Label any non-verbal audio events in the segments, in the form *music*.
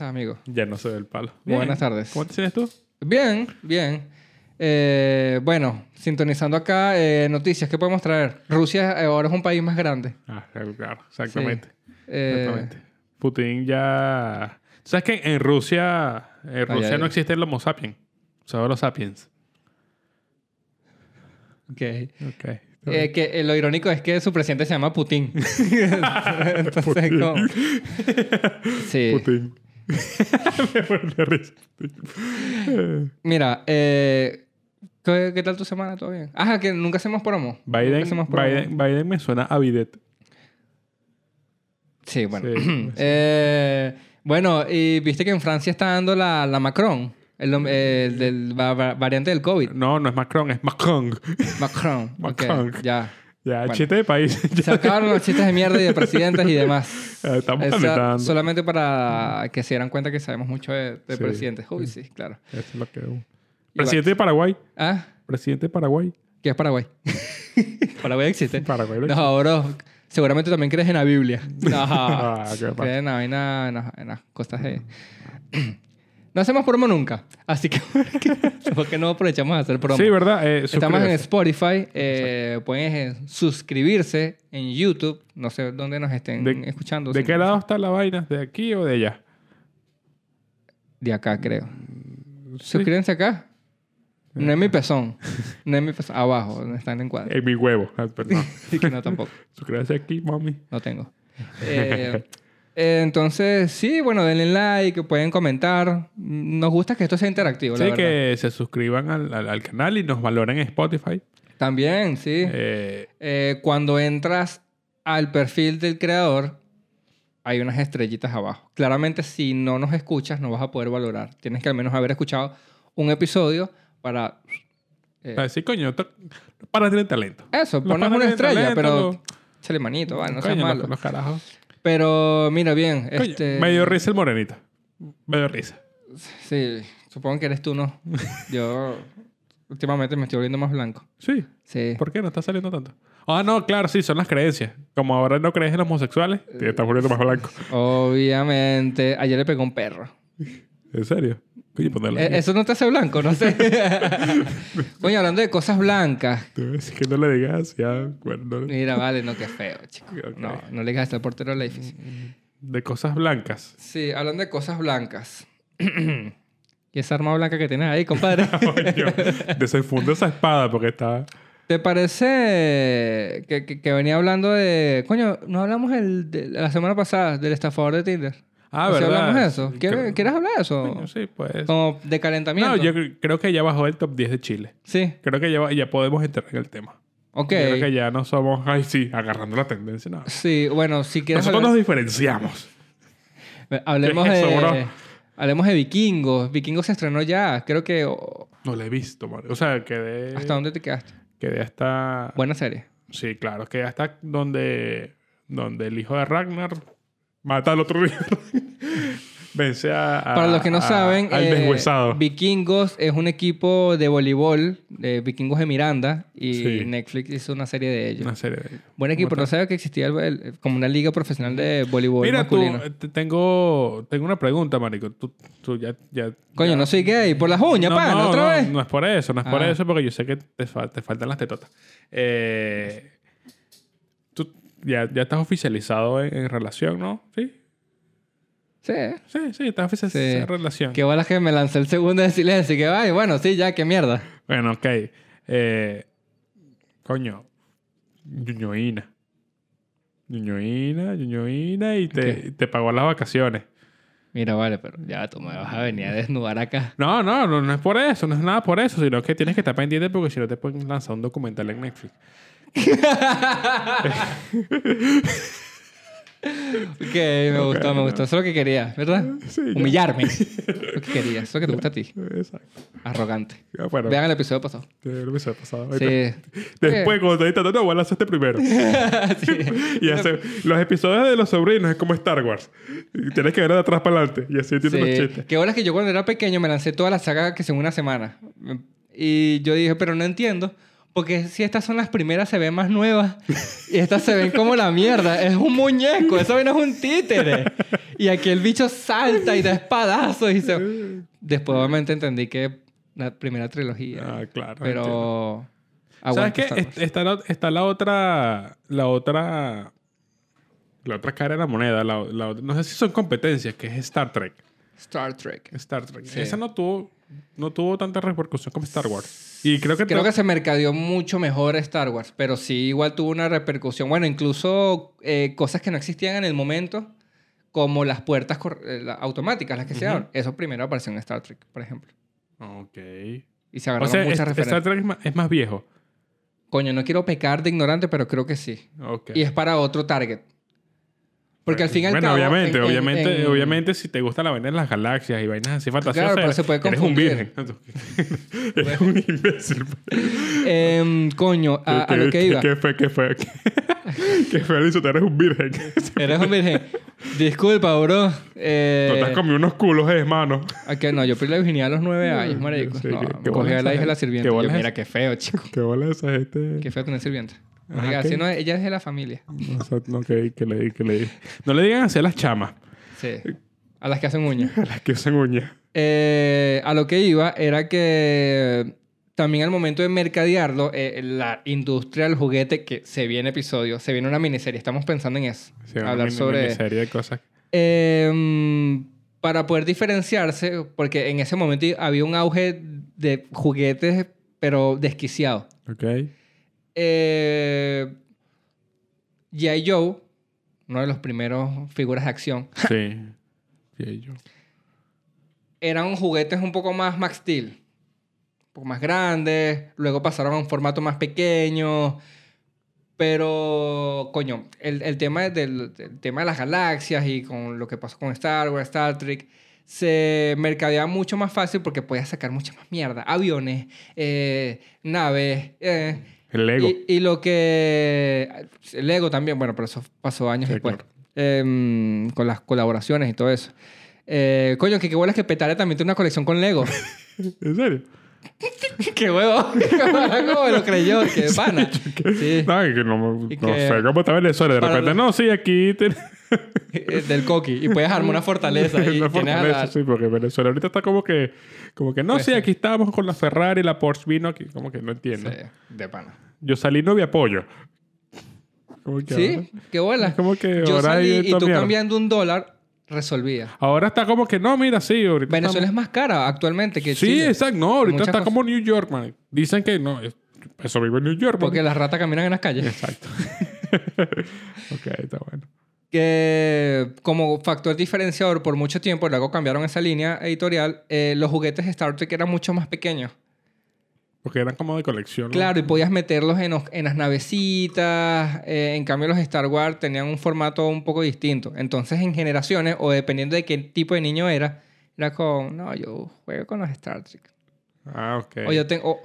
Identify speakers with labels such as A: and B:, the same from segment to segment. A: amigo?
B: Ya no se ve el palo.
A: Buenas tardes.
B: ¿Cómo te sientes tú?
A: Bien, bien. Eh, bueno, sintonizando acá, eh, noticias, ¿qué podemos traer? Rusia eh, ahora es un país más grande.
B: Ah, claro, exactamente.
A: Eh,
B: Exactamente. Putin ya. ¿Sabes que en Rusia, en Rusia
A: ya.
B: no existe el Homo sapiens? Solo los sapiens.
A: ok.
B: Ok.
A: Eh, que, eh, lo irónico es que su presidente se llama
B: *laughs*
A: Putin. Entonces,
B: Putin.
A: como- Sí.
B: Putin. *laughs* Me muero de risa.
A: Mira, eh, ¿qué, qué tal tu semana? ¿Todo bien? Ajá, que nunca hacemos promo. Nunca
B: Biden,
A: hacemos promo.
B: Biden, Biden me suena a bidet.
A: Sí, bueno. *clears throat*
B: Sí,
A: Eh, bueno, y viste que en Francia está dando la, la Macron, el, nom- eh, el del va- va- variante del COVID.
B: No, no es Macron, es Macron. *laughs*
A: Macron. Ok,
B: Macron. *laughs*
A: ya.
B: Ya,
A: Bueno.
B: chiste de país. *laughs*
A: Se acabaron los chistes de mierda y de presidentes y demás.
B: Eh, estamos
A: Esa-
B: calentando.
A: solamente para que se dieran cuenta que sabemos mucho de, de
B: Sí.
A: presidentes. Uy, sí, claro.
B: Eso es lo que hubo. Presidente de Paraguay.
A: Ah,
B: Presidente de Paraguay.
A: ¿qué es Paraguay? *laughs* Paraguay existe.
B: Paraguay.
A: No, bro. Seguramente también crees en la
B: *laughs*
A: Biblia. No.
B: Ah,
A: *laughs*
B: qué pasa.
A: crees en la vaina, en las, en las cosas de... *clears throat* No hacemos promo nunca. Así que, *laughs* ¿por qué, por qué no aprovechamos a hacer promo?
B: Sí, ¿verdad? Eh,
A: Estamos en
B: suscríbase.
A: Spotify. eh, pueden eh, suscribirse en YouTube. No sé dónde nos estén
B: ¿De-
A: escuchando.
B: ¿De
A: si-
B: qué lado está la vaina? ¿De aquí o de allá?
A: De acá, creo.
B: Mm, Sí.
A: Suscríbanse acá. No es mi
B: *laughs*
A: pezón. No es mi pezón. Abajo, donde están en cuadro.
B: En mi huevo. Ah, Perdón. *laughs*
A: Así que no, tampoco.
B: Suscríbase aquí, mami.
A: No
B: *laughs*
A: tengo. Eh, eh, entonces, sí, bueno, denle like, pueden comentar. Nos gusta que esto sea interactivo, la
B: Sí,
A: verdad.
B: que se suscriban al, al- al canal y nos valoren en Spotify.
A: También, sí.
B: Eh,
A: Eh, cuando entras al perfil del creador, hay unas estrellitas abajo. Claramente, si no nos escuchas, no vas a poder valorar. Tienes que al menos haber escuchado un episodio para... eh,
B: para decir, coño, to- para tener talento.
A: eso,
B: Los
A: pones
B: panas
A: una
B: tienen
A: estrella,
B: talento,
A: pero...
B: los-
A: Chale manito, va, Eh, no seas
B: coño,
A: malo.
B: los, los carajos.
A: Pero mira bien,
B: Coño,
A: este...
B: Me dio risa el morenito. Me dio risa.
A: Sí, supongo que eres tú,
B: *laughs*
A: ¿no? Yo últimamente me estoy volviendo más blanco.
B: Sí.
A: Sí.
B: ¿Por qué no está saliendo tanto? Ah, no, claro, sí, son las creencias. Como ahora no crees en los homosexuales,
A: Eh,
B: te estás volviendo más blanco.
A: Obviamente, ayer le pegó un perro.
B: ¿En serio? Coño, ponerle.
A: Eh, Eso no te hace blanco, no
B: *laughs*
A: sé. Coño, hablando de cosas blancas.
B: Te voy a decir que no le digas, ya, bueno, no-
A: Mira, vale, no, qué feo, chico.
B: Ok. Mm,
A: No, no le digas al portero la difícil.
B: De cosas blancas.
A: Sí, hablando de cosas blancas. *clears throat* ¿Y esa arma blanca que tienes ahí,
B: *laughs*
A: compadre?
B: Ah, Coño, desenfunda esa espada porque está.
A: *laughs* ¿Te parece que, que- que venía hablando de... Coño, no hablamos el, de- la semana pasada del estafador de Tinder?
B: Ah,
A: O sea,
B: ¿verdad?
A: hablamos de eso?
B: Sí,
A: ¿Quieres,
B: creo-
A: quieres hablar de eso?
B: Coño, sí, pues.
A: Como de calentamiento.
B: No, yo cre- creo que ya bajó el top 10 de Chile.
A: Sí,
B: Creo que ya, va- ya podemos entrar en el tema.
A: ok.
B: Yo Creo que ya no somos, ay, sí, agarrando la tendencia. No.
A: Sí, bueno, si quieres...
B: Nosotros nos
A: hablar-
B: diferenciamos.
A: Hablemos
B: *laughs* ¿Qué es eso,
A: de...
B: bro?
A: Hablemos de Vikingos. Vikingos se estrenó ya. Creo que... oh,
B: No la he visto, Mario. O sea, quedé.
A: ¿Hasta dónde te quedaste?
B: Quedé hasta.
A: Buena serie.
B: Sí, claro, quedé hasta donde. Donde el hijo de Ragnar mata al otro hijo. de Ragnar. *laughs* Vence a, a-
A: Para los que no
B: a-
A: saben...
B: Ah, Al
A: eh,
B: deshuesado.
A: Vikingos es un equipo de voleibol. de Vikingos de Miranda. Y
B: Sí.
A: Netflix hizo una serie de ellos.
B: Una serie de.
A: Buen equipo,
B: ¿Cómo
A: no sabía que existía el- el- como una liga profesional de voleibol
B: Mira, tú,
A: masculino.
B: eh, te- tengo, tengo una pregunta, marico. Tú, tú ya, ya-
A: Coño, no soy gay, por las uñas,
B: no,
A: pana,
B: no,
A: otra
B: no,
A: vez.
B: no es por eso, no es por
A: Ah.
B: eso, porque yo sé que te, fal- te faltan las tetotas. Eh, tú ya, ya estás oficializado en, en relación, ¿no? Sí,
A: Sí.
B: sí, sí, estás oficializado
A: Sí.
B: en relación.
A: Qué bolas que me lancé el segundo de silencio. Que ay, bueno, sí, ya, qué mierda.
B: Bueno, ok. Eh, coño, ñoñoína. ñoñoína, ñoñoína, y te,
A: Ok.
B: y te pagó las vacaciones.
A: Mira, vale, pero ya tú me vas a venir a desnudar acá.
B: No, no, no, no es por eso, no es nada por eso, sino que tienes que estar pendiente porque si no te pueden lanzar un documental en Netflix.
A: Ok, me gustó, me gustó. Eso es lo que quería, ¿verdad?
B: Sí, ya. *laughs*
A: Humillarme. lo que quería, eso es lo que te gusta a ti.
B: Exacto.
A: Arrogante.
B: Ah, Bueno,
A: Vean el episodio pasado.
B: te lo hubiese pasado.
A: Sí.
B: *laughs* Después, cuando te editando, no, voy a lanzar este primero.
A: *laughs* Sí.
B: *laughs* Y hace, los episodios de los sobrinos es como Star Wars. Y Tienes que ver de atrás para adelante. Y así entiendes los
A: Sí.
B: chistes.
A: Qué bolas que yo cuando era pequeño me lancé toda la saga que es en una semana. Y yo dije, pero no entiendo Porque si estas son las primeras, se ven más nuevas. Y estas se ven como la mierda. Es un muñeco. Eso no es un títere. Y aquí el bicho salta y da espadazos. Y
B: *laughs*
A: se... Después, obviamente, entendí que la primera trilogía.
B: Ah, claro. entiendo.
A: pero.
B: ¿Sabes
A: aguanta
B: qué?
A: Star Wars.
B: Est- Está la, está la otra. La otra. La otra cara de la moneda. La, la otra- no sé si son competencias, que es Star Trek.
A: Star Trek.
B: Star Trek.
A: Sí.
B: Esa no tuvo, no tuvo tanta repercusión como Star Wars. Y creo que.
A: Creo
B: to-
A: que se mercadeó mucho mejor Star Wars, pero sí igual tuvo una repercusión. Bueno, incluso eh, cosas que no existían en el momento, como las puertas cor- eh, la- automáticas, las que se
B: Ujú.
A: abren. Eso primero apareció en Star Trek, por ejemplo.
B: Ok.
A: Y se
B: O
A: agarraron
B: sea,
A: muchas
B: es-
A: referencias.
B: Star Trek es más, es más viejo.
A: Coño, no quiero pecar de ignorante, pero creo que sí.
B: Ok.
A: Y es para otro target. Porque al fin y al
B: bueno,
A: cabo...
B: obviamente,
A: en- en-
B: obviamente,
A: en-
B: obviamente, si te gusta la vaina de las galaxias y vainas así fantasiosas,
A: pero se puede
B: eres un virgen.
A: confundir. *laughs*
B: *laughs* eres un imbécil.
A: em, coño, a, a lo que iba.
B: Qué fue, qué fue. *laughs* Qué fue, Lizo, tú eres un virgen.
A: Eres un virgen. Disculpa, bro. Eh,
B: *laughs* No te has comido unos culos, eh, hermano.
A: ¿A qué? No, yo perdí la virginidad a los nueve años, marico.
B: Ah, sí,
A: No,
B: qué-
A: me
B: qué
A: cogí
B: bola
A: a la
B: esa
A: hija de la
B: gente.
A: sirvienta.
B: Qué
A: Yo,
B: bola
A: mira, qué feo, chico.
B: Qué bola esa gente.
A: Qué feo tener sirvienta.
B: Ajá,
A: Marica, así
B: ¿qué?
A: no, ella es de la familia.
B: O sea, no, que, que le, que le- no le digan así a las chamas,
A: Sí. A las que hacen uñas.
B: a las que usan uñas.
A: Eh, a lo que iba era que también al momento de mercadearlo, eh, la industria del juguete, que se viene episodio, se viene una miniserie, estamos pensando en eso.
B: Sí, una
A: hablar
B: mini-
A: sobre...
B: miniserie de cosas.
A: Eh, para poder diferenciarse, porque en ese momento había un auge de juguetes, pero desquiciado. *laughs*
B: Ok.
A: Eh, G.I. Joe, uno de los primeros figuras de acción,
B: Sí. Sí, yo.
A: eran juguetes un poco más Max Steel, un poco más grandes, luego pasaron a un formato más pequeño, pero coño, el, el tema del, del tema de las galaxias y con lo que pasó con Star Wars, Star Trek, se mercadeaba mucho más fácil porque podías sacar mucha más mierda, aviones, eh, naves, eh,
B: El Lego.
A: Y, y lo que. El ego también, bueno, pero eso pasó años
B: Sí,
A: después.
B: claro.
A: Em, con las colaboraciones y todo eso. Eh, coño, que qué bolas que Petare también tiene una colección con
B: *laughs*
A: Lego.
B: ¿En serio?
A: ¡Qué huevo! *laughs* ¿Cómo me lo creyó? ¡Qué pana! Sí.
B: No, que no,
A: Y
B: no
A: que-
B: sé cómo está Venezuela. De
A: para
B: repente,
A: los-
B: no, sí, aquí
A: *laughs*
B: ten-
A: Eh, Del coqui. Y puedes armar
B: *laughs*
A: una fortaleza. Y
B: una
A: tienes a la-
B: fortaleza, sí, porque Venezuela ahorita está como que, como que no,
A: Pues
B: sí,
A: sí.
B: aquí estábamos con la Ferrari, la Porsche vino aquí, como que no entiendo.
A: Sí, de pana.
B: Yo salí no vi apoyo. Como que
A: Sí, qué bola.
B: ahora- Como que
A: Yo
B: ahora
A: salí
B: hay
A: y
B: esta
A: tú
B: mierda.
A: cambiando un dólar, resolvía.
B: Ahora está como que no, mira, sí, ahorita.
A: Venezuela
B: estamos-
A: es más cara actualmente que
B: Sí,
A: Chile.
B: exacto, no, ahorita
A: Muchas
B: está
A: cosas.
B: como New York, man. Dicen que no, es- eso vive en New York,
A: Porque
B: man.
A: las ratas caminan en las
B: *laughs*
A: calles.
B: Exacto. ok, está bueno.
A: que como factor diferenciador por mucho tiempo, luego cambiaron esa línea editorial, eh, los juguetes de Star Trek eran mucho más pequeños.
B: Porque eran como de colección. ¿no?
A: Claro, y podías meterlos en, los- en las navecitas, eh, en cambio los de Star Wars tenían un formato un poco distinto. Entonces en generaciones, o dependiendo de qué tipo de niño era, era con, no, yo juego con los Star Trek.
B: Ah, ok.
A: O yo tengo, o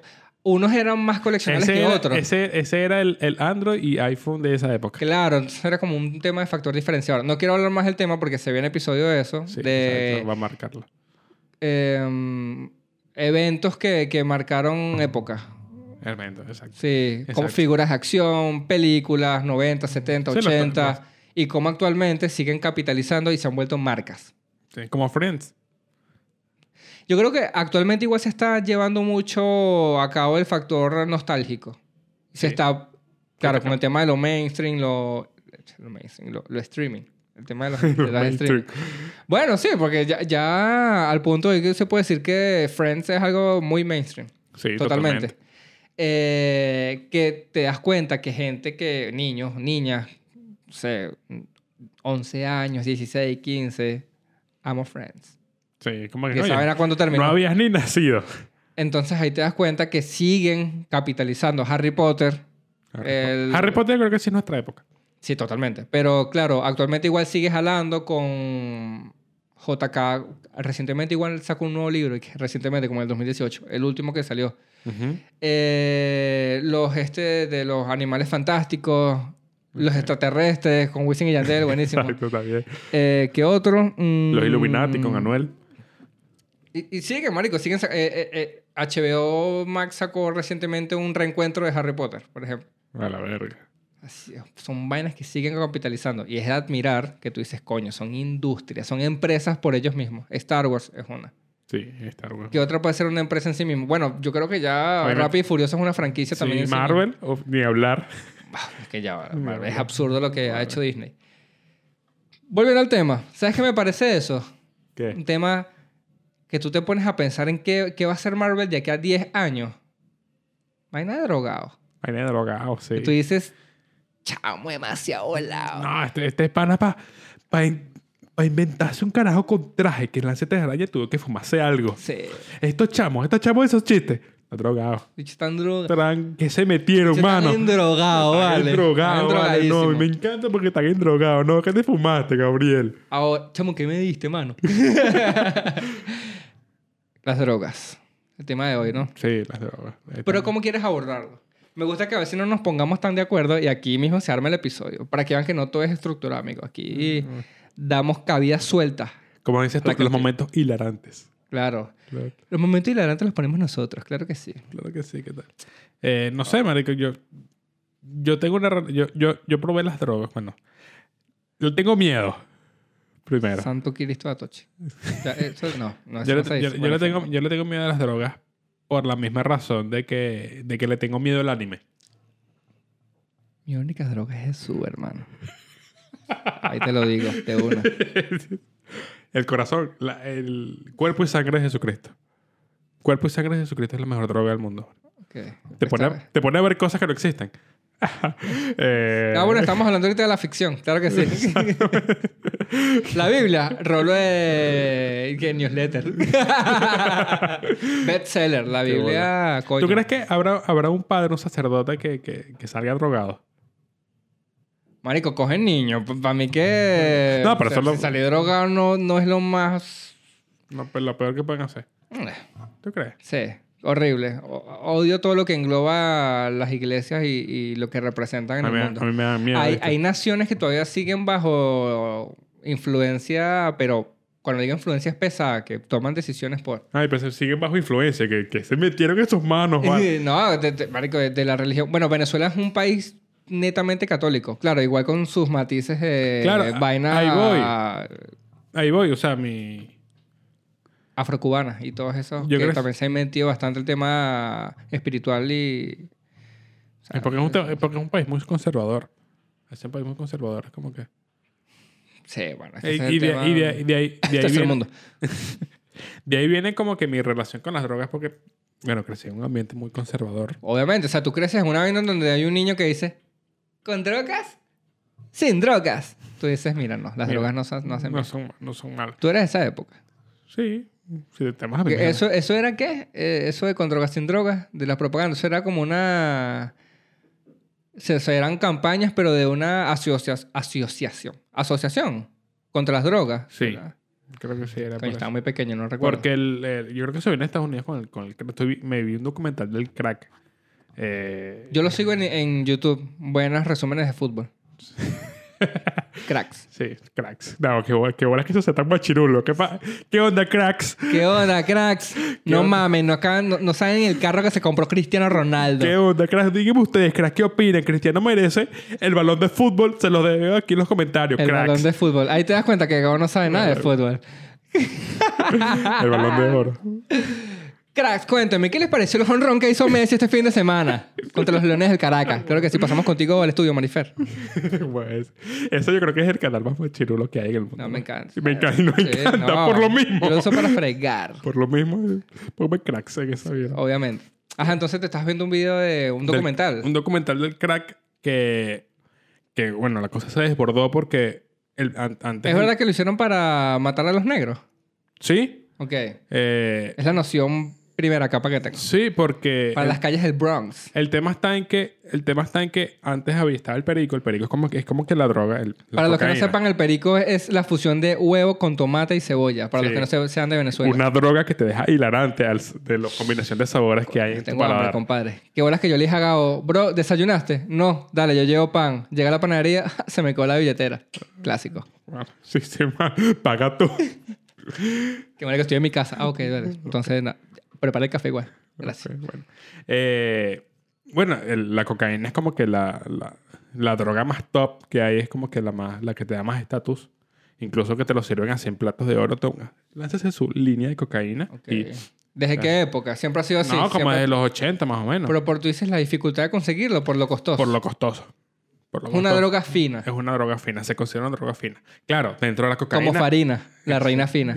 A: unos eran más coleccionables
B: ese
A: que
B: era,
A: otros.
B: Ese, ese era el, el Android y iPhone de esa época.
A: Claro, entonces era como un tema de factor diferenciador. No quiero hablar más del tema porque se viene episodio de eso,
B: Sí,
A: de
B: exacto, va a marcarlo.
A: em, eventos que, que marcaron época.
B: Elemento, exacto.
A: Sí, como
B: Exacto.
A: figuras de acción, películas, 90, 70,
B: Sí, los-
A: 80, y cómo actualmente siguen capitalizando y se han vuelto marcas.
B: Sí, como Friends.
A: Yo creo que actualmente igual se está llevando mucho a cabo el factor nostálgico.
B: Sí.
A: Se está, claro,
B: acá.
A: con el tema de lo mainstream, lo, lo, mainstream, lo- lo streaming. El tema de
B: *laughs*
A: los, de las streaming. Bueno, sí, porque ya, ya al punto de que se puede decir que Friends es algo muy mainstream.
B: Sí,
A: totalmente.
B: totalmente.
A: Eh, que te das cuenta que gente que, niños, niñas, no sé, 11 años, 16, 15, amo Friends.
B: Sí, como que
A: Que
B: Pues no,
A: saben a cuándo terminó.
B: no habías ni nacido.
A: Entonces ahí te das cuenta que siguen capitalizando Harry Potter. El-
B: Harry Potter creo que sí es nuestra época.
A: Sí, totalmente. Pero claro, actualmente igual sigue jalando con JK. Recientemente igual sacó un nuevo libro, y que recientemente, como en el 2018, el último que salió. Eh, los este de los animales fantásticos, los extraterrestres con Wisin y
B: *laughs*
A: Yandel, buenísimo.
B: *laughs* Exacto, también.
A: Eh, ¿Qué otro? Mm,
B: Los Illuminati con Anuel.
A: Y, y sigue, marico, siguen. sa- eh, eh, eh, HBO Max sacó recientemente un reencuentro de Harry Potter, por ejemplo.
B: A la verga.
A: Así- son vainas que siguen capitalizando. Y es de admirar que tú dices, coño, son industrias, son empresas por ellos mismos. Star Wars es una.
B: Sí, Star Wars.
A: ¿Qué otra puede ser una empresa en sí misma? Bueno, yo creo que ya
B: Obviamente.
A: Rápido y Furioso es una franquicia
B: Sí,
A: también. en sí misma.
B: Marvel, o- ni hablar. *laughs*
A: Ah, Es que ya, Marvel,
B: Marvel.
A: es absurdo lo que ha hecho Disney. Volviendo al tema, ¿sabes qué me parece eso? Un
B: ¿Qué?
A: tema que tú te pones a pensar en qué, qué va a ser Marvel de aquí a 10 años. Vaina de drogado.
B: Vaina de drogado, sí.
A: Que tú dices, chamo, demasiado volado.
B: No, este, este es pana para inventarse un carajo con traje que en la de araña tuvo que fumarse algo.
A: Sí,
B: Estos chamos, estos chamos de esos chistes. Están drogados.
A: bicho, están drogados.
B: Están- Que se metieron, mano.
A: Están bien drogados,
B: Están
A: vale.
B: bien drogados,
A: Están
B: vale. No,
A: drogadísimos.
B: me encanta porque están bien drogados. No, ¿qué te fumaste, Gabriel?
A: Ahora, chamo, ¿qué me diste,
B: *laughs*
A: mano? Las drogas. El tema de hoy, ¿no?
B: Sí, las drogas. Ahí
A: Pero
B: está.
A: ¿cómo quieres abordarlo? Me gusta que a veces no nos pongamos tan de acuerdo y aquí mismo se arma el episodio. Para que vean que no todo es estructurado, amigo. Aquí damos cabidas sueltas.
B: Como dices tú,
A: La
B: los
A: cantidad.
B: momentos hilarantes.
A: Claro.
B: Claro,
A: Los momentos hilarantes los ponemos nosotros, claro que sí.
B: claro que sí, ¿qué tal? Eh, no sé, marico, yo... Yo tengo una... re- Yo, yo, yo probé las drogas, bueno. Yo tengo miedo. Primero.
A: Santo Cristo
B: *laughs*
A: Atoche. Ya, eso- no, no, eso
B: yo,
A: no
B: le,
A: se
B: yo-
A: dice.
B: yo
A: Bueno,
B: le tengo, yo le tengo miedo a las drogas por la misma razón de que, de que le tengo miedo al anime.
A: Mi única droga es Jesús, hermano. Ahí te lo digo, de una.
B: el corazón, la- el cuerpo y sangre de Jesucristo. Cuerpo y sangre de Jesucristo es la mejor droga del mundo.
A: Ok.
B: Te pone,
A: Está-
B: a, te pone a ver cosas que no existen. *laughs* Eh,
A: Ah, bueno, estamos hablando ahorita de la ficción, claro que sí. la Biblia, rolo de ¿qué?
B: *laughs*
A: newsletter. Bestseller, la
B: Qué
A: Biblia, coño.
B: ¿Tú crees que habrá, habrá un padre, un sacerdote que, que- que salga drogado?
A: Marico, cogen niños. Para mí que.
B: No, pero
A: o sea,
B: eso lo-
A: si salir drogado no, no es lo más. eh,
B: No, pero lo peor que pueden hacer. ¿Tú crees?
A: Sí, horrible. O- odio todo lo que engloba las iglesias y, y lo que representan en
B: A mí,
A: el
B: a
A: mundo.
B: mí me da miedo.
A: hay,
B: ¿viste?
A: hay naciones que todavía siguen bajo influencia, pero cuando digo influencia es pesada, que toman decisiones por...
B: Ay, pero se siguen bajo influencia, que, que se metieron en sus manos.
A: *laughs*
B: ¿vale?
A: No, de, de- marico, de, de la religión. Bueno, Venezuela es un país netamente católico. Claro, igual con sus matices de
B: Claro,
A: de
B: a-
A: vaina
B: ahí Ahí voy, o sea, mi...
A: afrocubanas y todos esos.
B: Yo
A: que
B: creo que-
A: también se ha metido bastante el tema espiritual y... o sea,
B: es porque, es un, te- es porque es un país muy conservador. Es un país muy conservador, es como que...
A: Sí, bueno. ese
B: Eh,
A: es el
B: y, de,
A: tema-
B: y de- y de ahí, de, ahí
A: tercer
B: viene,
A: mundo.
B: de ahí viene como que mi relación con las drogas porque, bueno, crecí en un ambiente muy conservador.
A: Obviamente, o sea, tú creces en una vaina donde hay un niño que dice, ¿con drogas? Sin drogas. Tú dices, mira, no, las
B: Mira,
A: drogas no, sa- no hacen
B: No
A: bien.
B: son, no son malas.
A: Tú eres de esa época.
B: Sí, sí, temas a mí
A: Que
B: me-
A: ¿Eso, ¿Eso era qué? Eh, eso de con drogas, sin drogas, de la propaganda. Eso era como una... Se, se eran campañas, pero de una asocia- asociación. Asociación contra las drogas.
B: Sí, Pues.
A: Era-
B: Creo que sí, era por
A: Coño, estaba
B: eso.
A: muy pequeño, no recuerdo.
B: Porque el, el- yo creo que se viene a Estados Unidos con el, con el crack. Estoy- me vi un documental del crack. Eh,
A: Yo lo sigo en, en YouTube. Buenos resúmenes de
B: *laughs*
A: fútbol. Cracks.
B: Sí, cracks. No, qué, bo- qué bolas que eso sea tan machirulo. ¿Qué, pa- ¿Qué onda, cracks?
A: ¿Qué onda, cracks? No
B: onda?
A: mames, no, acaban, no, no saben el carro que se compró Cristiano Ronaldo.
B: ¿Qué onda, cracks? Díganme ustedes, cracks, ¿qué opinan? Cristiano merece el balón de fútbol. Se los dejo aquí en los comentarios,
A: el
B: cracks.
A: balón de fútbol. Ahí te das cuenta que Gabo no sabe nada de fútbol.
B: *laughs* El balón de
A: *laughs*
B: oro.
A: Cracks, cuéntame, ¿qué les pareció el honrón que hizo Messi este fin de semana contra los Leones del Caracas? Creo que sí, pasamos contigo al estudio, Marifer.
B: Pues, eso yo creo que es el canal más machirulo que hay en el mundo.
A: No, me encanta.
B: Me encanta, no me
A: Sí,
B: encanta.
A: no.
B: Por lo mismo.
A: Yo lo uso para fregar,
B: Por lo mismo, eh, ponme cracks en esa vida.
A: obviamente. Ajá, entonces te estás viendo un video de Oh, un
B: Del-
A: documental.
B: un documental del crack que, que bueno, la cosa se desbordó porque el, an- antes...
A: ¿Es verdad que lo hicieron para matar a los negros?
B: Sí.
A: Ok.
B: eh,
A: Es la noción primera capa que tengo.
B: sí, porque...
A: Para
B: el-
A: las calles del Bronx.
B: El tema está en que el tema está en que antes había estaba el perico, el perico es como que es como que la droga, el- la
A: Para los que no
B: cocaína.
A: sepan, el perico es la fusión de huevo con tomate y cebolla. Para
B: Sí.
A: los que no se- sean de Venezuela.
B: una droga que te deja hilarante al- de la combinación de sabores que hay en tu
A: Tengo hambre,
B: paladar.
A: compadre. Qué bolas que yo le dije a Gabo, bro, ¿desayunaste? No, dale, yo llevo pan. Llega a la panadería, *laughs* se me coló la billetera. Clásico.
B: Bueno, Ah, sí, sí, ma- paga tú. *laughs*
A: Qué manera que estoy en mi casa. Ah, ok, dale. Entonces, na- prepara el café igual. Gracias.
B: Ok, bueno, Eh, bueno, el- la cocaína es como que la, la, la droga más top que hay, es como que la, más, la que te da más estatus. Incluso que te lo sirven así en platos de oro. Toma, lánzase su línea de cocaína.
A: Ok.
B: y-
A: ¿Desde qué época? Siempre ha sido así.
B: no, como
A: siempre-
B: de los 80 más o menos.
A: Pero por tú dices la dificultad de conseguirlo, por lo costoso.
B: por lo costoso. Por lo
A: Es una
B: costoso.
A: droga fina,
B: Es una droga fina, se considera una droga fina. Claro, dentro de la cocaína.
A: como farina, la
B: *laughs*
A: reina fina.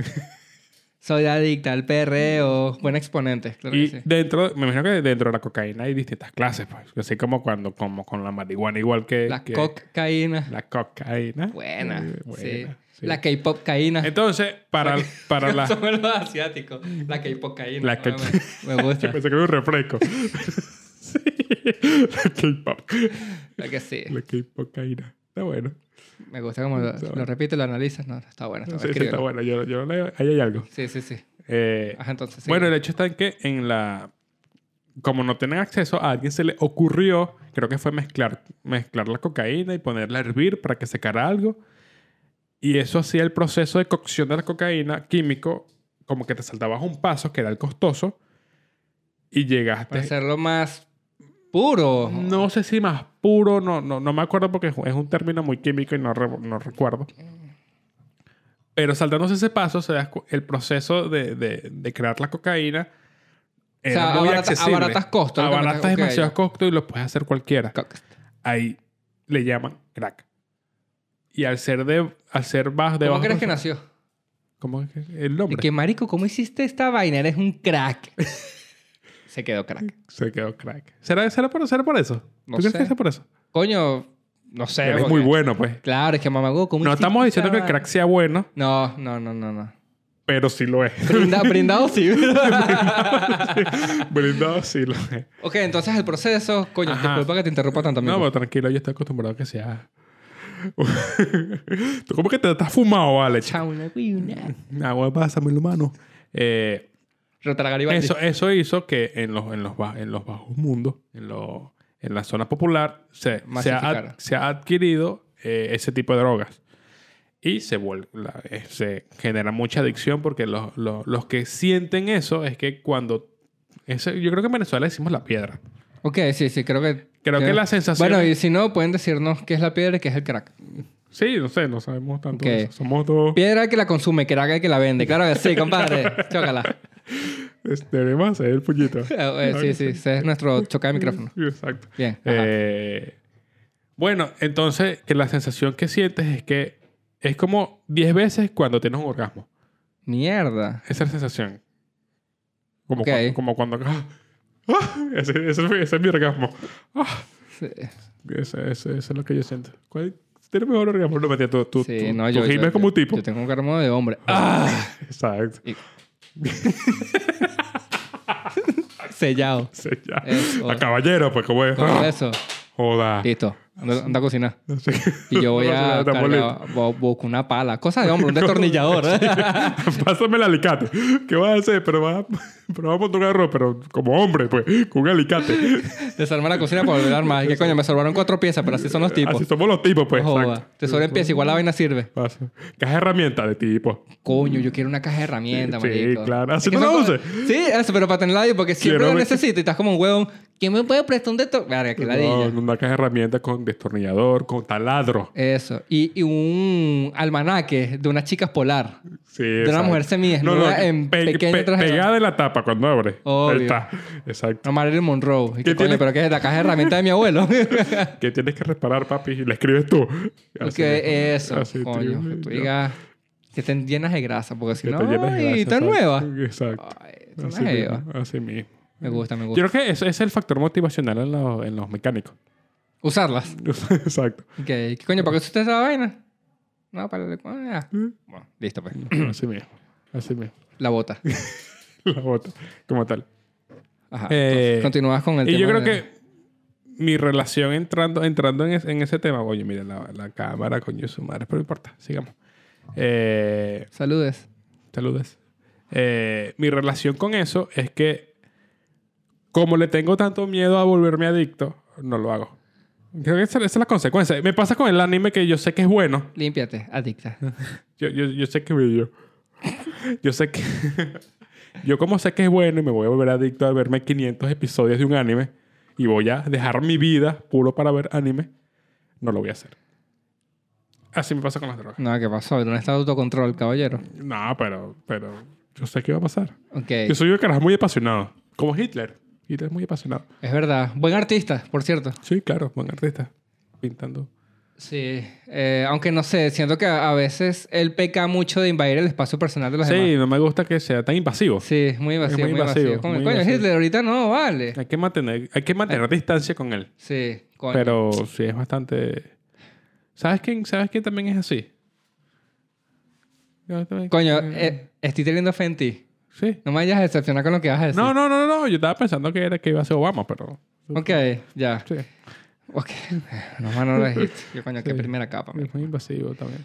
A: Soy adicta al perreo. Buen exponente, claro
B: Y
A: que sí.
B: dentro, me imagino que dentro de la cocaína hay distintas clases, pues. Así como cuando, como con la marihuana, igual que.
A: La
B: que-
A: cocaína.
B: La cocaína.
A: *laughs* Buena.
B: Eh,
A: sí.
B: buena, sí.
A: La K-pop caína.
B: Entonces,
A: *laughs*
B: para, para la.
A: Son los asiáticos. La K-pop caína. Ah,
B: La pues. K-
A: Me me
B: *laughs*
A: gusta.
B: Yo *laughs* pensé que era un refresco. sí. La K-pop.
A: La que sí.
B: La K-pocaína. Está bueno.
A: Me gusta como lo,
B: Está
A: lo
B: bueno.
A: repites, lo analizas. No, está bueno. Está
B: Sí, sí,
A: bueno. escríbelo.
B: está bueno. Yo, yo leo. Ahí hay algo.
A: Sí, sí, sí.
B: Eh,
A: Ajá, entonces. sí.
B: Bueno, el hecho está en que en la... Como no tienen acceso, a alguien se le ocurrió, creo que fue mezclar, mezclar la cocaína y ponerla a hervir para que secara algo. Y eso hacía el proceso de cocción de la cocaína químico, como que te saltabas un paso, que era el costoso, y llegaste...
A: Para hacerlo más puro.
B: No sé si más puro, no, no, no me acuerdo porque es un término muy químico y no, re- no recuerdo. Pero saltándose ese paso, se da cu- el proceso de, de- de crear la cocaína era
A: sea,
B: muy
A: abarata-
B: accesible.
A: abaratas costos, lo que me
B: Abaratas
A: estás- ok,
B: demasiados
A: ya.
B: costos y lo puedes hacer cualquiera.
A: Cox.
B: Ahí le llaman crack. Y al ser de, al ser bajo, de
A: ¿Cómo
B: bajo
A: crees que nació?
B: consumo- ¿Cómo es que- el
A: De
B: nombre?
A: que, marico, ¿cómo hiciste esta vaina? Eres un
B: *laughs*
A: crack. Se quedó crack.
B: Se quedó crack. ¿Será, será, por, será por eso?
A: No
B: ¿Tú crees
A: sé.
B: que sea por eso?
A: Coño, no sé.
B: Eres
A: porque-
B: muy bueno, pues.
A: Claro, es que mamagó, ¿cómo
B: No
A: hiciste esta
B: estamos diciendo que el
A: vaina?
B: crack sea bueno,
A: No, no, no, no, no.
B: pero sí lo es. *laughs*
A: Brinda- brindado sí.
B: Brindado sí lo es.
A: ok, entonces el proceso, coño,
B: Ajá.
A: disculpa que te interrumpa tanto.
B: No,
A: Amigo.
B: pero tranquilo, yo estoy acostumbrado a que sea. *laughs* Tú como que te estás fumado, vale. Ch-
A: Chao, una cuina.
B: Agua pasa, mi humano. Eh,
A: Rotar a Garibaldi.
B: eso, eso hizo que en los, en los, ba- en los bajos mundos, en, los- en la zona popular, se, se, ha, ad-
A: Masificara.
B: se ha adquirido eh, ese tipo de drogas. Y se, vuel- la- eh, se genera mucha adicción porque los, los- los que sienten eso es que cuando... ese- yo creo que en Venezuela decimos la piedra.
A: Ok, sí, sí, creo que...
B: Creo que la sensación-
A: Bueno, y si no, pueden decirnos qué es la piedra y qué es el crack.
B: Sí, no sé, no sabemos tanto
A: Ok.
B: de eso. Somos dos.
A: Piedra que la consume, crack el que la vende. Claro que sí,
B: *laughs*
A: compadre. Chócala.
B: Este, Debemos hacer el puñito.
A: Eh, sí, sí, ese es nuestro choca de micrófono.
B: Exacto.
A: Bien. ajá.
B: Eh, bueno, entonces, que la sensación que sientes es que es como 10 veces cuando tienes un orgasmo.
A: Mierda.
B: Esa es la sensación. Como
A: Ok.
B: cuando. Como cuando ¡Ah! ¡Ah! Ese, ese fue- ese es mi orgasmo. ¡Ah!
A: Sí.
B: Ese, ese- ese es lo que yo siento. ¿Cuál tienes mejor orgasmo? No, mentira, tú, tú,
A: Sí,
B: tú-
A: no,
B: tú
A: yo, yo-
B: gimes como un tipo. Ah.
A: Yo tengo un carmo de hombre.
B: Exacto.
A: Sellado.
B: Sí, ya.
A: Eso.
B: A caballero, pues como es.
A: Con
B: ¡Ah!
A: eso.
B: Joda.
A: Listo. Anda, anda a cocinar.
B: No sé.
A: Y
B: *laughs*
A: yo voy
B: No sé,
A: a
B: está
A: cargar,
B: molesto.
A: voy a buscar una pala. Cosa de
B: *laughs*
A: hombre, un ¿eh? destornillador. *laughs*
B: Pásame el alicate. ¿Qué vas a hacer? Pero vas a, pero vas a montar un arroz, pero como hombre, pues, con un alicate.
A: Desarma la cocina para volver a armar. ¿Qué coño? Me salvaron cuatro piezas, pero así son los tipos.
B: Así somos los tipos, pues.
A: Joda.
B: Exacto.
A: Te sobran piezas, igual la vaina sirve.
B: Pasa. Caja de herramientas de tipo.
A: Coño, yo quiero una caja de herramientas,
B: Sí,
A: marico.
B: claro. Así
A: Es que
B: no
A: son
B: la
A: como-
B: uses.
A: Sí, eso, pero para tenerla ahí, porque siempre
B: Quiero
A: lo
B: ver-
A: necesito y estás como un huevón. ¿Quién me puede prestar un deto? Verga, que ladilla.
B: No, una caja de herramientas con destornillador, con taladro.
A: Eso. Y, y un almanaque de unas chicas polar.
B: Sí,
A: una
B: exacto.
A: mujer semidesnuda en pequeño traje de
B: Pegada en la tapa cuando abre.
A: Obvio.
B: Ahí está. Exacto.
A: No, Marilyn Monroe. Y que,
B: ¿Qué
A: coño,
B: tiene?
A: pero que es la caja de herramientas de mi
B: *laughs*
A: abuelo.
B: ¿Qué tienes que reparar, papi? Y le escribes tú. Así
A: Porque
B: mismo.
A: eso,
B: Así,
A: coño.
B: tío.
A: Que tú digas que te llenas de grasa, porque si
B: Que
A: no,
B: te llenes de
A: ay,
B: grasa,
A: está
B: exacto.
A: nueva.
B: Exacto.
A: Ay, tú no
B: Así
A: es jeva.
B: mismo, así mismo.
A: Me gusta, me
B: Yo
A: gusta.
B: creo que ese es el factor motivacional en, los- en los mecánicos.
A: Usarlas.
B: *laughs* Exacto.
A: Ok, ¿Qué coño? ¿Para qué usted esa vaina? No, para la... ah.
B: ¿Eh?
A: Bueno, listo, pues.
B: Así mismo. Así mismo.
A: La bota.
B: La bota. Como tal.
A: Ajá.
B: *laughs* Eh,
A: entonces, Continúas con el tema.
B: y yo creo
A: de-
B: que mi relación entrando, entrando en, es- en ese tema. Oye, mira la, la cámara, coño, su madre. Pero no importa. Sigamos. Eh,
A: Saludes.
B: saludes. Eh, mi relación con eso es que como le tengo tanto miedo a volverme adicto, no lo hago. Creo que esa, esa es la consecuencia. Me pasa con el anime que yo sé que es bueno.
A: Límpiate, adicta.
B: Yo, yo, yo sé que me dio. Yo sé que. *laughs* Yo como sé que es bueno y me voy a volver adicto a verme 500 episodios de un anime y voy a dejar mi vida puro para ver anime, no lo voy a hacer. Así me pasa con las drogas.
A: No, ¿qué pasó? ¿Dónde está el autocontrol, caballero?
B: No, pero, pero yo sé qué va a pasar.
A: Ok.
B: Yo soy un carajo muy apasionado. Como Hitler. Hitler es muy apasionado.
A: Es verdad. Buen artista, por cierto.
B: Sí, claro, buen artista. Pintando.
A: Sí. Eh, aunque no sé, siento que a a veces él peca mucho de invadir el espacio personal de los
B: sí,
A: demás.
B: no me gusta que sea tan invasivo.
A: Sí, es muy invasivo.
B: muy
A: muy invasivo.
B: invasivo,
A: Como,
B: muy
A: coño,
B: invasivo.
A: Hitler, ahorita no, vale.
B: Hay que mantener, hay que mantener distancia con él.
A: Sí, coño.
B: Pero sí es bastante. ¿Sabes quién, ¿Sabes quién también es así? Yo también-
A: Coño, eh, estoy teniendo fe en ti.
B: Sí.
A: No me vayas a decepcionar con lo que vas a decir.
B: No, no, no, no. Yo estaba pensando que era que iba a ser Obama, pero.
A: Ok, ya.
B: Sí.
A: Ok. *laughs* No, más no lo dijiste. Yo, coño, qué primera capa. man.
B: Es muy invasivo también.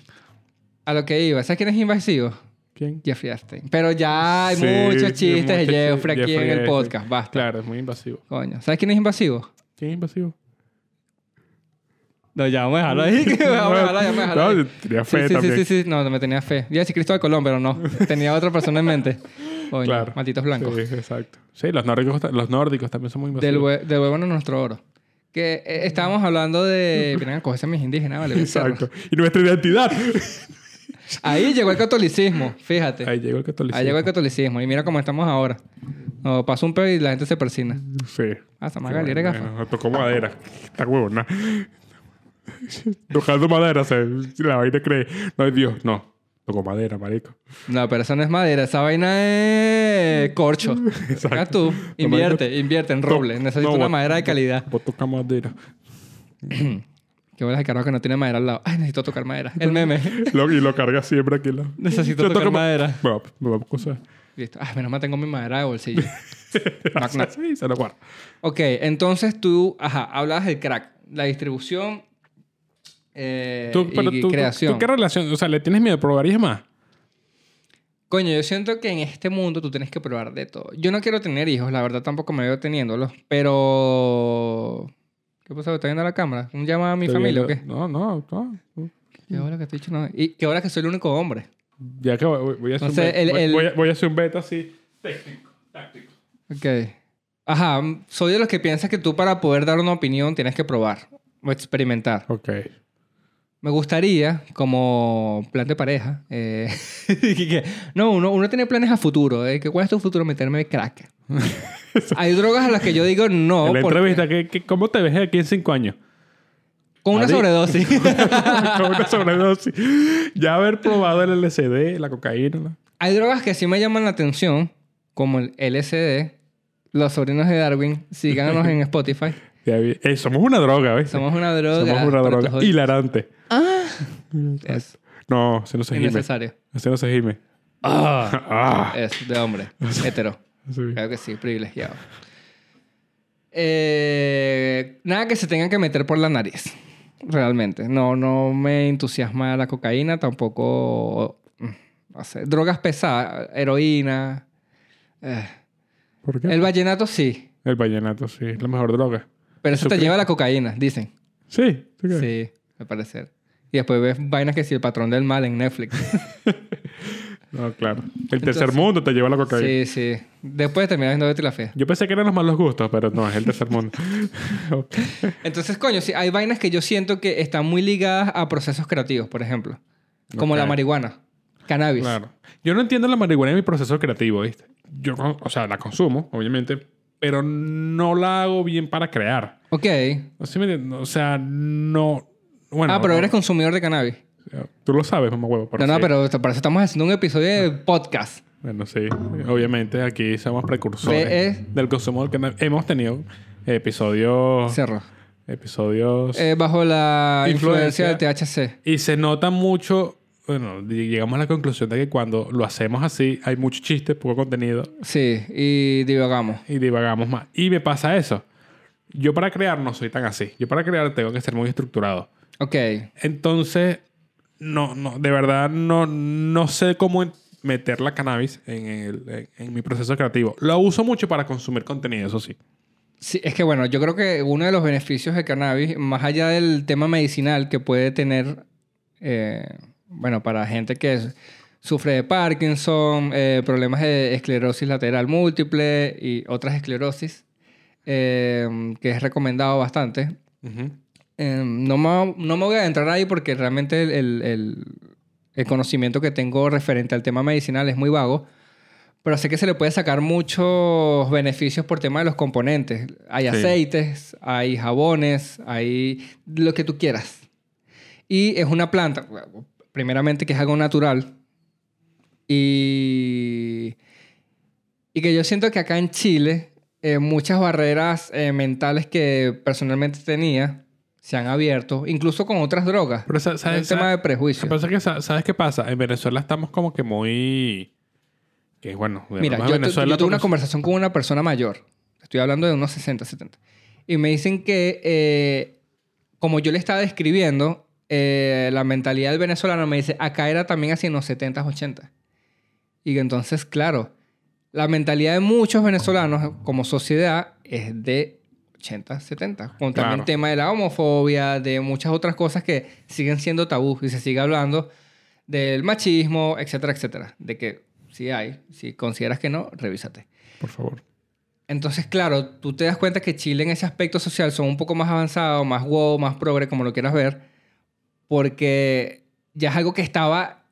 A: A lo que iba. ¿Sabes quién es invasivo?
B: ¿Quién?
A: Jeffrey Epstein. Pero ya hay
B: Sí,
A: muchos chistes de
B: muchos
A: Jeffrey aquí
B: Jeffrey este.
A: en el
B: Epstein.
A: podcast. Basta.
B: Claro, es muy invasivo.
A: Coño. ¿Sabes quién es invasivo?
B: ¿Quién
A: *laughs*
B: es invasivo?
A: No, ya, *laughs* vamos a dejarlo ahí. vamos a dejarlo ahí, vamos a dejarlo ahí.
B: No, tenía
A: Sí,
B: fe
A: sí,
B: también.
A: sí, sí, sí. No, no me tenía fe. Iba a decir Cristóbal Colón, pero
B: *laughs*
A: no. Tenía otra persona en mente. Coño,
B: Claro.
A: malditos blancos.
B: Sí, exacto. Sí, los nórdicos, ta- los nórdicos también son muy
A: Del,
B: invasivos.
A: hue- del huevo no es nuestro oro. Que eh, estábamos hablando de... Miren, a cogerse a mis indígenas, vale. becerra.
B: Exacto. Y nuestra identidad.
A: Ahí llegó el catolicismo, fíjate.
B: Ahí llegó el catolicismo.
A: Ahí llegó el catolicismo. Y mira cómo estamos ahora. No, pasa un pedo y la gente se persina.
B: Sí.
A: Ah, esa Magali era
B: Bueno,
A: gafa.
B: bueno, tocó madera. Está huevona. *laughs* Tocando madera, se, eh, la vaina cree. No, Dios, no. Tocó madera, marico.
A: No, pero eso no es madera. Esa vaina es corcho.
B: Exacto.
A: Acá tú. Invierte, invierte en roble.
B: No,
A: Necesito
B: no,
A: una
B: vos-
A: madera de calidad.
B: Vos toca madera.
A: Qué bolas de carajo que no tiene madera al lado. Ay, necesito tocar madera. El meme.
B: Lo- y lo carga siempre aquí. La...
A: Necesito
B: Yo
A: tocar
B: toco ma-
A: madera.
B: Bueno, me va a acusar.
A: Listo. Ah, menos mal tengo mi madera de bolsillo. Knock, knock.
B: *laughs* Sí, se lo guarda.
A: Ok, entonces tú, ajá, hablabas del crack. La distribución eh,
B: Tú, pero
A: y
B: tú- tú-
A: creación.
B: ¿tú qué relación? O sea, ¿le tienes miedo? ¿Probarías más?
A: Coño, yo siento que en este mundo tú tienes que probar de todo. Yo no quiero tener hijos, la verdad tampoco me veo teniéndolos, pero... ¿Qué pasó? ¿Está viendo la cámara? ¿Un llamado a mi
B: Estoy
A: familia o
B: viendo-
A: qué?
B: No, no, no.
A: ¿Qué hora que estoy diciendo? Y qué hora que soy el único hombre.
B: Ya que voy, voy a hacer
A: Entonces,
B: un beta,
A: el-
B: voy-
A: el-
B: voy a- voy a hacer un beta así. Técnico, táctico.
A: Ok. Ajá, mm, soy de los que piensa que tú para poder dar una opinión tienes que probar o experimentar.
B: Ok.
A: Me gustaría, como plan de pareja, eh, *laughs* que- no, uno, uno tiene planes a futuro. eh, que ¿Cuál es tu futuro? Meterme crack.
B: *laughs*
A: Hay drogas a las que yo digo no.
B: en la
A: porque-
B: entrevista, ¿qué- qué- ¿cómo te ves de aquí en cinco años?
A: Con una
B: Adic-
A: sobredosis. *laughs*
B: *laughs* Con una sobredosis. Ya haber probado el LSD, la cocaína. la-
A: Hay drogas que sí me llaman la atención, como el LSD. Los sobrinos de Darwin, síganos en Spotify.
B: Ya vi- eh, somos una droga, ¿ves?
A: Somos una droga.
B: Somos una
A: para tus
B: droga.
A: oídos.
B: Hilarante.
A: Es
B: No, se nos se gime.
A: innecesario.
B: Se nos se gime. Ah.
A: Es de hombre. Hetero.
B: Sí.
A: Claro que sí, privilegiado. Eh, nada que se tengan que meter por la nariz, realmente. No, no me entusiasma la cocaína, tampoco... mm, No sé, drogas pesadas, heroína. eh.
B: ¿Por qué?
A: El
B: El,
A: vallenato sí,
B: vallenato, sí. Es la mejor droga.
A: pero eso te lleva a la cocaína, dicen.
B: Sí. ¿tú crees?
A: Sí, al parecer. Y después ves vainas que sí, el patrón del mal en Netflix.
B: No, claro. El tercer mundo te lleva a la
A: Sí,
B: cocaína.
A: sí. Después terminas viendo Betty la Fea.
B: Yo pensé que eran los malos gustos, pero no, es el
A: *laughs*
B: tercer mundo. Ok.
A: Entonces, coño, sí, hay vainas que yo siento que están muy ligadas a procesos creativos, por ejemplo. Como
B: Ok.
A: la marihuana, cannabis.
B: Claro. Yo no entiendo la marihuana en mi proceso creativo, ¿viste? Yo, con- o sea, la consumo, obviamente, pero no la hago bien para crear.
A: Ok.
B: No sé si me entiendes. O sea, no. Bueno.
A: ah, pero
B: no-
A: eres consumidor de cannabis.
B: Tú lo sabes, mamá huevo.
A: no, no,
B: sí.
A: pero para eso estamos haciendo un episodio de podcast.
B: Bueno, sí. Obviamente aquí somos precursores
A: Ve, eh. es-
B: del consumo del canal. Hemos tenido episodios.
A: Cerro.
B: Episodios.
A: Eh, bajo la influencia,
B: Influencia.
A: del THC.
B: Y se nota mucho. Bueno, lleg- llegamos a la conclusión de que cuando lo hacemos así, hay mucho chiste, poco contenido.
A: Sí, y divagamos.
B: y divagamos más. Y me pasa eso. Yo para crear no soy tan así. Yo para crear tengo que ser muy estructurado.
A: Ok.
B: Entonces, no, no, de verdad no, no sé cómo en- meter la cannabis en, el- en- en mi proceso creativo. Lo uso mucho para consumir contenido, eso sí.
A: Sí, es que bueno, yo creo que uno de los beneficios de cannabis, más allá del tema medicinal que puede tener, eh, bueno, para gente que es- sufre de Parkinson, eh, problemas de esclerosis lateral múltiple y otras esclerosis, eh, que es recomendado bastante.
B: Ujú.
A: Eh, no, me, no me voy a entrar ahí porque realmente el, el- el- el conocimiento que tengo referente al tema medicinal es muy vago. Pero sé que se le puede sacar muchos beneficios por tema de los componentes. Hay
B: Sí.
A: aceites, hay jabones, hay lo que tú quieras. Y es una planta, primeramente que es algo natural. Y, y que yo siento que acá en Chile eh, muchas barreras eh, mentales que personalmente tenía se han abierto, incluso con otras drogas.
B: Pero sa-
A: el
B: sabes,
A: tema de
B: sabes-
A: prejuicio.
B: pasa que sa- ¿sabes qué pasa? En Venezuela estamos como que muy... Que bueno,
A: Mira,
B: además
A: yo, tu-
B: Venezuela
A: yo tuve una
B: porque-
A: conversación con una persona mayor. Estoy hablando de unos 60, 70. Y me dicen que, eh, como yo le estaba describiendo, eh, la mentalidad del venezolano me dice, acá era también así en los 70, 80. Y que entonces, claro, la mentalidad de muchos venezolanos como sociedad es de 80, 70. Con también
B: Claro.
A: el tema de la homofobia, de muchas otras cosas que siguen siendo tabú y se sigue hablando del machismo, etcétera, etcétera. De que si hay, si consideras que no, revísate.
B: Por favor.
A: Entonces, claro, tú te das cuenta que Chile en ese aspecto social son un poco más avanzados, más wow, más progre, como lo quieras ver, porque ya es algo que estaba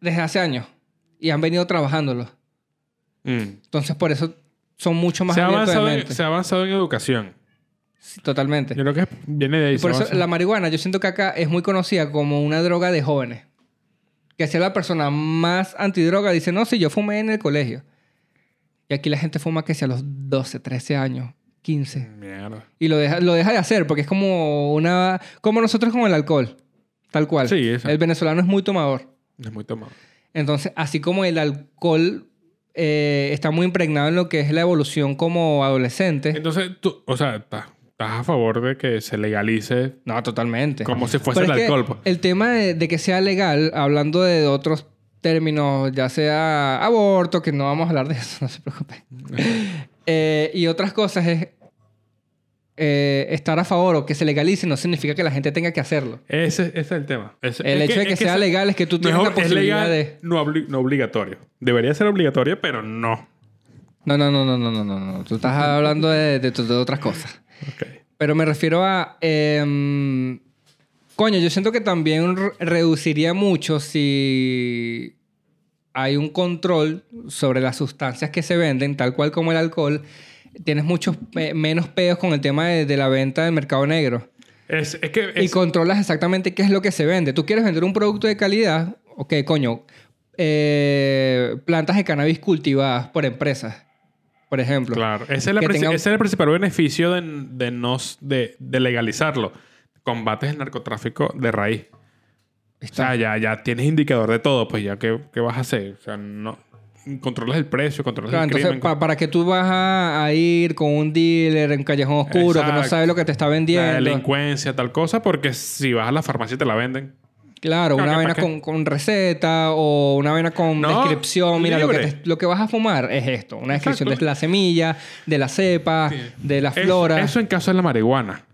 A: desde hace años y han venido trabajándolo.
B: Mm.
A: Entonces, por eso son mucho más
B: Se ha,
A: abiertos de
B: avanzado en,
A: mente.
B: se ha avanzado en educación.
A: Sí, Totalmente.
B: Yo creo que viene de ahí.
A: Y por
B: se
A: eso
B: avanza.
A: la marihuana, yo siento que acá es muy conocida como una droga de jóvenes. Que sea la persona más antidroga, dice, no, si yo fumé en el colegio. Y aquí la gente fuma que sea a los 12, 13 años, 15.
B: Mierda.
A: Y lo deja, lo deja de hacer porque es como una... Como nosotros con el alcohol, tal cual.
B: Sí, eso.
A: El venezolano es muy tomador.
B: Es muy tomado.
A: Entonces, así como el alcohol eh, está muy impregnado en lo que es la evolución como adolescente.
B: Entonces, tú, o sea, estás estás a favor de que se legalice
A: No, totalmente.
B: como si fuese el
A: Pero es que
B: alcohol. pues.
A: El tema de, de que sea legal, hablando de otros términos, ya sea aborto, que no vamos a hablar de eso, *laughs* no se preocupen. Eh, y otras cosas es eh, estar a favor o que se legalice no significa que la gente tenga que hacerlo.
B: Ese, ese es el tema. Es-
A: El
B: es
A: hecho de que,
B: es
A: sea
B: se-
A: legal es que tú tienes
B: mejor
A: la
B: es
A: posibilidad
B: legal,
A: de...
B: no, obli- no obligatorio. Debería ser obligatorio, pero no.
A: No, no, no, no, no, no, no, no. Tú estás hablando de- de- de otras cosas.
B: Ok.
A: Pero me refiero a. em, coño, yo siento que también re- reduciría mucho si hay un control sobre las sustancias que se venden, tal cual como el alcohol. Tienes muchos pe- menos pedos con el tema de, de la venta del mercado negro.
B: Es, es que
A: Y
B: es-
A: controlas exactamente qué es lo que se vende. Tú quieres vender un producto de calidad, ok, coño. eh, plantas de cannabis cultivadas por empresas, por ejemplo.
B: Claro, ese es, la
A: que
B: princi-
A: tenga-
B: ese es el principal beneficio de, de, nos- de, de legalizarlo. Combates el narcotráfico de raíz. O sea, ya, ya tienes indicador de todo, pues ya qué, qué vas a hacer. O sea, no controlas el precio, controlas
A: Claro,
B: el
A: entonces,
B: crimen.
A: pa- para que tú vas a, a ir con un dealer en un callejón oscuro que no
B: Exacto.
A: sabe lo que te está
B: la
A: vendiendo.
B: delincuencia, tal cosa, porque si vas a la farmacia te la venden.
A: Claro,
B: Claro,
A: una
B: que
A: vena
B: pa'
A: con, con receta o una vena con
B: No,
A: descripción. Mira, lo que,
B: libre.
A: te- lo que vas a fumar es esto. Una descripción
B: Exacto.
A: de la semilla, de la cepa, de la
B: Es-
A: flora.
B: eso en caso de la marihuana.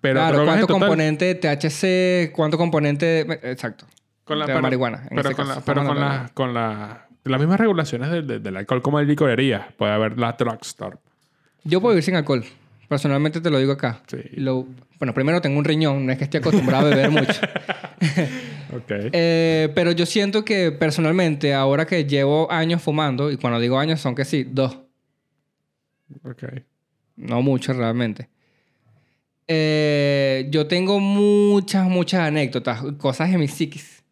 B: Pero
A: claro,
B: drogas en
A: cuánto
B: total-
A: componente de THC, cuánto componente... de- Exacto.
B: con la,
A: de
B: pero-
A: marihuana, en
B: Pero,
A: ese
B: con,
A: caso.
B: la- pero
A: Estamos
B: con la-
A: hablando.
B: con la- las mismas regulaciones del, del- del alcohol como de licorería. Puede haber la drugstore.
A: Yo puedo vivir sin alcohol. Personalmente te lo digo acá.
B: Sí.
A: Lo- bueno, primero tengo un riñón. No es que esté acostumbrado a beber
B: *laughs*
A: mucho.
B: Ok.
A: Eh, pero yo siento que personalmente, ahora que llevo años fumando, y cuando digo años son que sí, dos,
B: ok.
A: no mucho realmente. Eh, yo tengo muchas, muchas anécdotas, cosas en mi psiquis,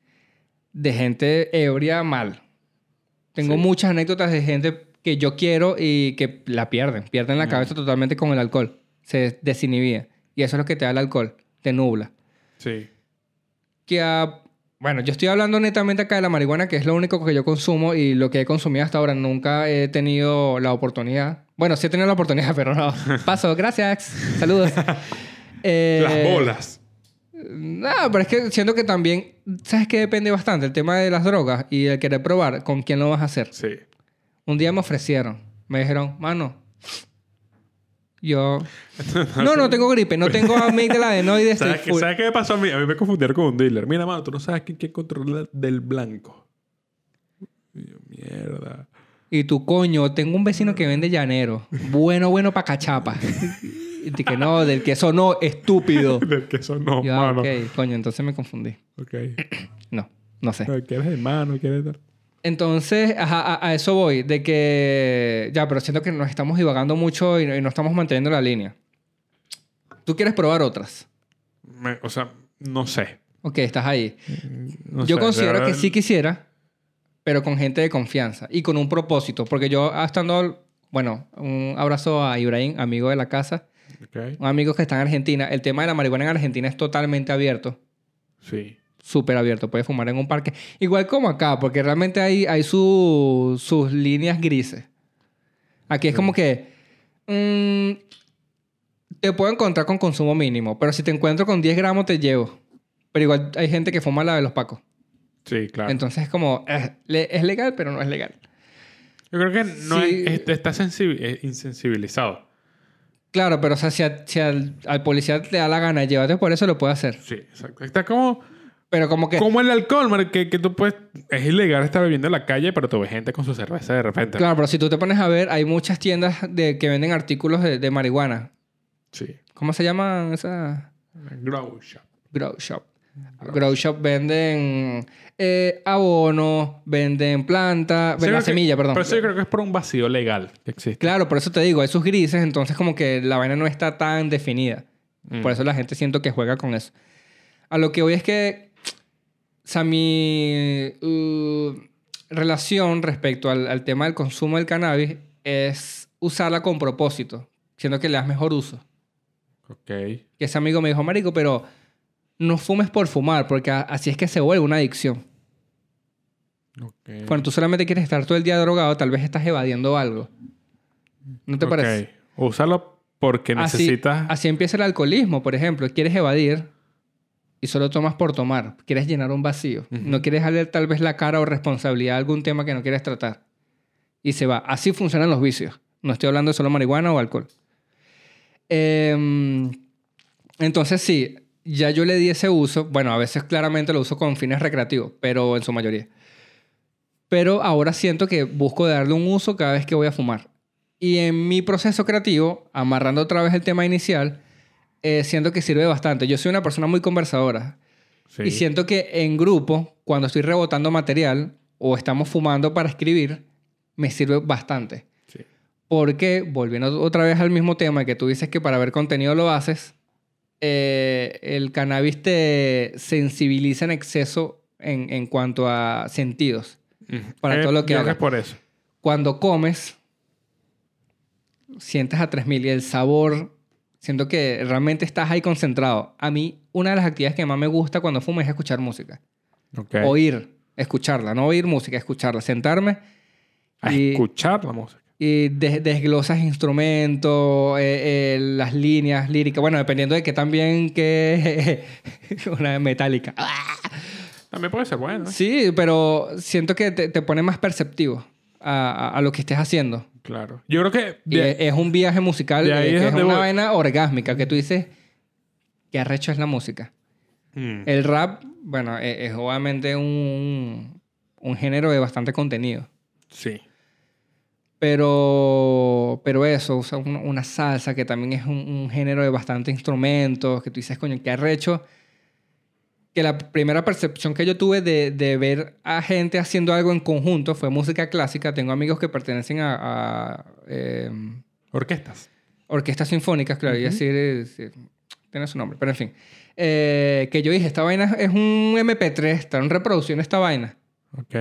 A: de gente ebria mal. Tengo
B: Sí.
A: muchas anécdotas de gente que yo quiero y que la pierden, pierden la cabeza totalmente con el alcohol, se desinhibía. Y eso es lo que te da el alcohol, te nubla.
B: Sí.
A: que a- Bueno, yo estoy hablando netamente acá de la marihuana, que es lo único que yo consumo y lo que he consumido hasta ahora. Nunca he tenido la oportunidad. Bueno, sí he tenido la oportunidad, *laughs* pero no. Paso, gracias.
B: *laughs*
A: Saludos. Eh,
B: las bolas.
A: No, pero es que siento que también, ¿sabes qué? Depende bastante el tema de las drogas y el querer probar con quién lo vas a hacer.
B: Sí.
A: Un día me ofrecieron, me dijeron, mano, Yo.
B: *laughs*
A: No, no tengo gripe, no tengo amígdalas adenoides. estoy
B: ¿Sabes, qué-
A: full.
B: sabes qué me pasó a mí? A mí me confundieron con un dealer. Mira, mano, tú no sabes quién, quién controla del blanco. Y yo, mierda. *laughs*
A: Y tu coño, tengo un vecino que vende llanero. Bueno, bueno para cachapa. Y te que no, del queso no, estúpido.
B: Del queso no,
A: Yo, ah,
B: mano.
A: ok,
B: Ok.
A: coño, entonces me confundí. No, no sé.
B: No, ¿Quieres hermano? ¿Quieres tal?
A: Entonces, ajá, a, a eso voy, de que ya, pero siento que nos estamos divagando mucho y, y no estamos manteniendo la línea. Tú quieres probar otras.
B: Me- o sea, no sé.
A: Ok, estás ahí.
B: No
A: yo
B: sé,
A: considero
B: de
A: que
B: verdad,
A: sí quisiera, pero con gente de confianza y con un propósito, porque yo ah, estando, bueno, un abrazo a Ibrahim, amigo de la casa,
B: ok.
A: un amigo que está en Argentina, el tema de la marihuana en Argentina es totalmente abierto.
B: Sí.
A: súper abierto. Puedes fumar en un parque. Igual como acá, porque realmente hay, hay su- sus líneas grises. Aquí es como que... mm, te puedo encontrar con consumo mínimo, pero si te encuentro con 10 gramos te llevo. Pero igual hay gente que fuma la de los pacos.
B: Sí, claro.
A: Entonces es como... eh, le- es legal, pero no es legal.
B: yo creo que no
A: sí.
B: es- es- está sensibi- eh, insensibilizado.
A: Claro, pero o sea, si, a- si al, al policía te da la gana de llevarte por eso, lo puede hacer.
B: Sí, exacto. Está como,
A: Pero como que...
B: como el alcohol, man, que, que tú puedes... Es ilegal estar bebiendo en la calle, pero tú ves gente con su cerveza de repente.
A: Claro, pero si tú te pones a ver, hay muchas tiendas de, que venden artículos de, de marihuana.
B: Sí.
A: ¿Cómo se llaman esas...?
B: Grow shop.
A: Grow Shop. Grow Shop venden eh, abono, venden planta,
B: Sí,
A: venden la
B: creo que-
A: semilla, perdón.
B: Pero eso yo creo que es por un vacío legal que existe.
A: Claro, por eso te digo, hay sus grises, entonces como que la vaina no está tan definida.
B: Mm.
A: Por eso la gente siento que juega con eso. A lo que voy es que, o sea, mi uh, relación respecto al, al tema del consumo del cannabis es usarla con propósito, siendo que le das mejor uso.
B: Ok.
A: que ese amigo me dijo, marico, pero no fumes por fumar, porque a- así es que se vuelve una adicción.
B: Ok.
A: Cuando tú solamente quieres estar todo el día drogado, tal vez estás evadiendo algo. ¿No te
B: Ok.
A: parece?
B: Úsalo porque
A: Así-
B: necesitas...
A: Así, empieza el alcoholismo, por ejemplo. Quieres evadir y solo tomas por tomar. Quieres llenar un vacío.
B: Ujú.
A: No quieres darle tal vez la cara o responsabilidad a algún tema que no quieres tratar. Y se va. Así funcionan los vicios. No estoy hablando de solo marihuana o alcohol. Em, entonces sí, ya yo le di ese uso. Bueno, a veces claramente lo uso con fines recreativos, pero en su mayoría. Pero ahora siento que busco darle un uso cada vez que voy a fumar. Y en mi proceso creativo, amarrando otra vez el tema inicial, eh, siento que sirve bastante. Yo soy una persona muy conversadora.
B: Sí.
A: Y siento que en grupo, cuando estoy rebotando material o estamos fumando para escribir, me sirve bastante.
B: Sí.
A: Porque, volviendo otra vez al mismo tema que tú dices que para ver contenido lo haces, eh, el cannabis te sensibiliza en exceso en, en cuanto a sentidos.
B: Mm.
A: para todo lo que
B: yo creo
A: haga.
B: es por eso.
A: Cuando comes, sientes a 3000 y el sabor, siento que realmente estás ahí concentrado. A mí, una de las actividades que más me gusta cuando fumo es escuchar música.
B: Ok.
A: Oír, escucharla, no oír música, escucharla. Sentarme
B: A
A: y-
B: escuchar la música.
A: y des- desglosas instrumentos, eh, eh, las líneas líricas. Bueno, dependiendo de que también que... *laughs* una metálica.
B: También puede ser bueno. ¿eh?
A: Sí, pero siento que te, te pone más perceptivo a- a- a lo que estés haciendo.
B: Claro. Yo creo que...
A: Y
B: de-
A: es- es un viaje musical
B: de ahí
A: eh,
B: es
A: que es
B: donde
A: una
B: voy.
A: vaina orgásmica que tú dices qué arrecho es la música.
B: Mm.
A: El rap, bueno, e- es, obviamente un, un género de bastante contenido.
B: Sí.
A: Pero, pero eso, usa una salsa que también es un, un género de bastante instrumentos, que tú dices, coño, qué arrecho. Que la primera percepción que yo tuve de, de ver a gente haciendo algo en conjunto fue música clásica. Tengo amigos que pertenecen a, a, em,
B: Orquestas.
A: orquestas sinfónicas, claro, y así eh, sí, tiene su nombre, pero en fin. Eh, que yo dije, esta vaina es un MP3, están reproduciendo esta vaina.
B: Ok.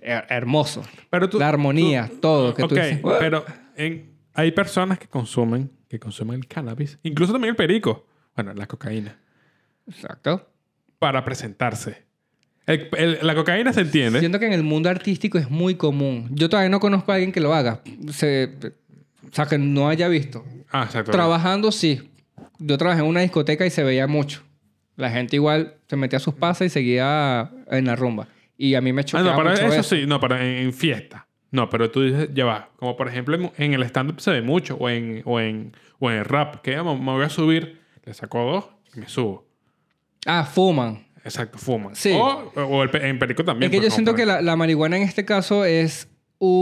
A: Her- hermoso.
B: Pero tú...
A: La armonía, todo. Que
B: ok.
A: tú dices, "Wow".
B: *laughs* Pero en- hay personas que consumen, que consumen el cannabis. Incluso también el perico. Bueno, la cocaína.
A: Exacto.
B: Para presentarse. El- el- la cocaína se entiende.
A: Siento que en el mundo artístico es muy común. Yo todavía no conozco a alguien que lo haga. Se- o sea, que no haya visto.
B: Ah, exacto.
A: Trabajando, sí. Yo trabajé en una discoteca y se veía mucho. La gente igual se metía a sus pasas y seguía en la rumba. Y a mí me
B: Ah,
A: chocaba
B: no, para
A: mucho
B: eso,
A: eso.
B: sí. No, para en, en fiesta. No, pero tú dices, ya va. Como por ejemplo en, en el stand-up se ve mucho, o en, o en, o en el rap, que ah, me me voy a subir, le saco dos y me subo.
A: Ah, fuman.
B: Exacto, fuman.
A: Sí.
B: O, o el pe- en perico también.
A: Es que yo
B: pues, como
A: siento
B: para-
A: que la, la marihuana en este caso es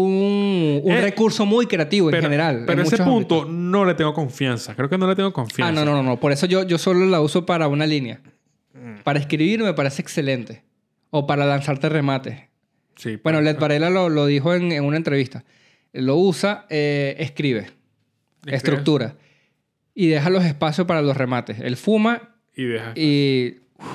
A: un, un
B: Eh,
A: recurso muy creativo en
B: pero,
A: general. en
B: Pero ese
A: muchos
B: punto no le tengo confianza. Creo que no le tengo
A: ámbitos. Ah,
B: confianza.
A: no, no, no, no. Por eso yo, yo solo la uso para una línea.
B: Mm.
A: Para escribir me parece excelente. O para lanzarte remates.
B: Sí,
A: Bueno,
B: pero-
A: Led Varela lo, lo dijo en, en una entrevista. Lo usa, eh, escribe,
B: Escribe.
A: estructura. Y deja los espacios para los remates. Él fuma
B: Y deja.
A: y uf,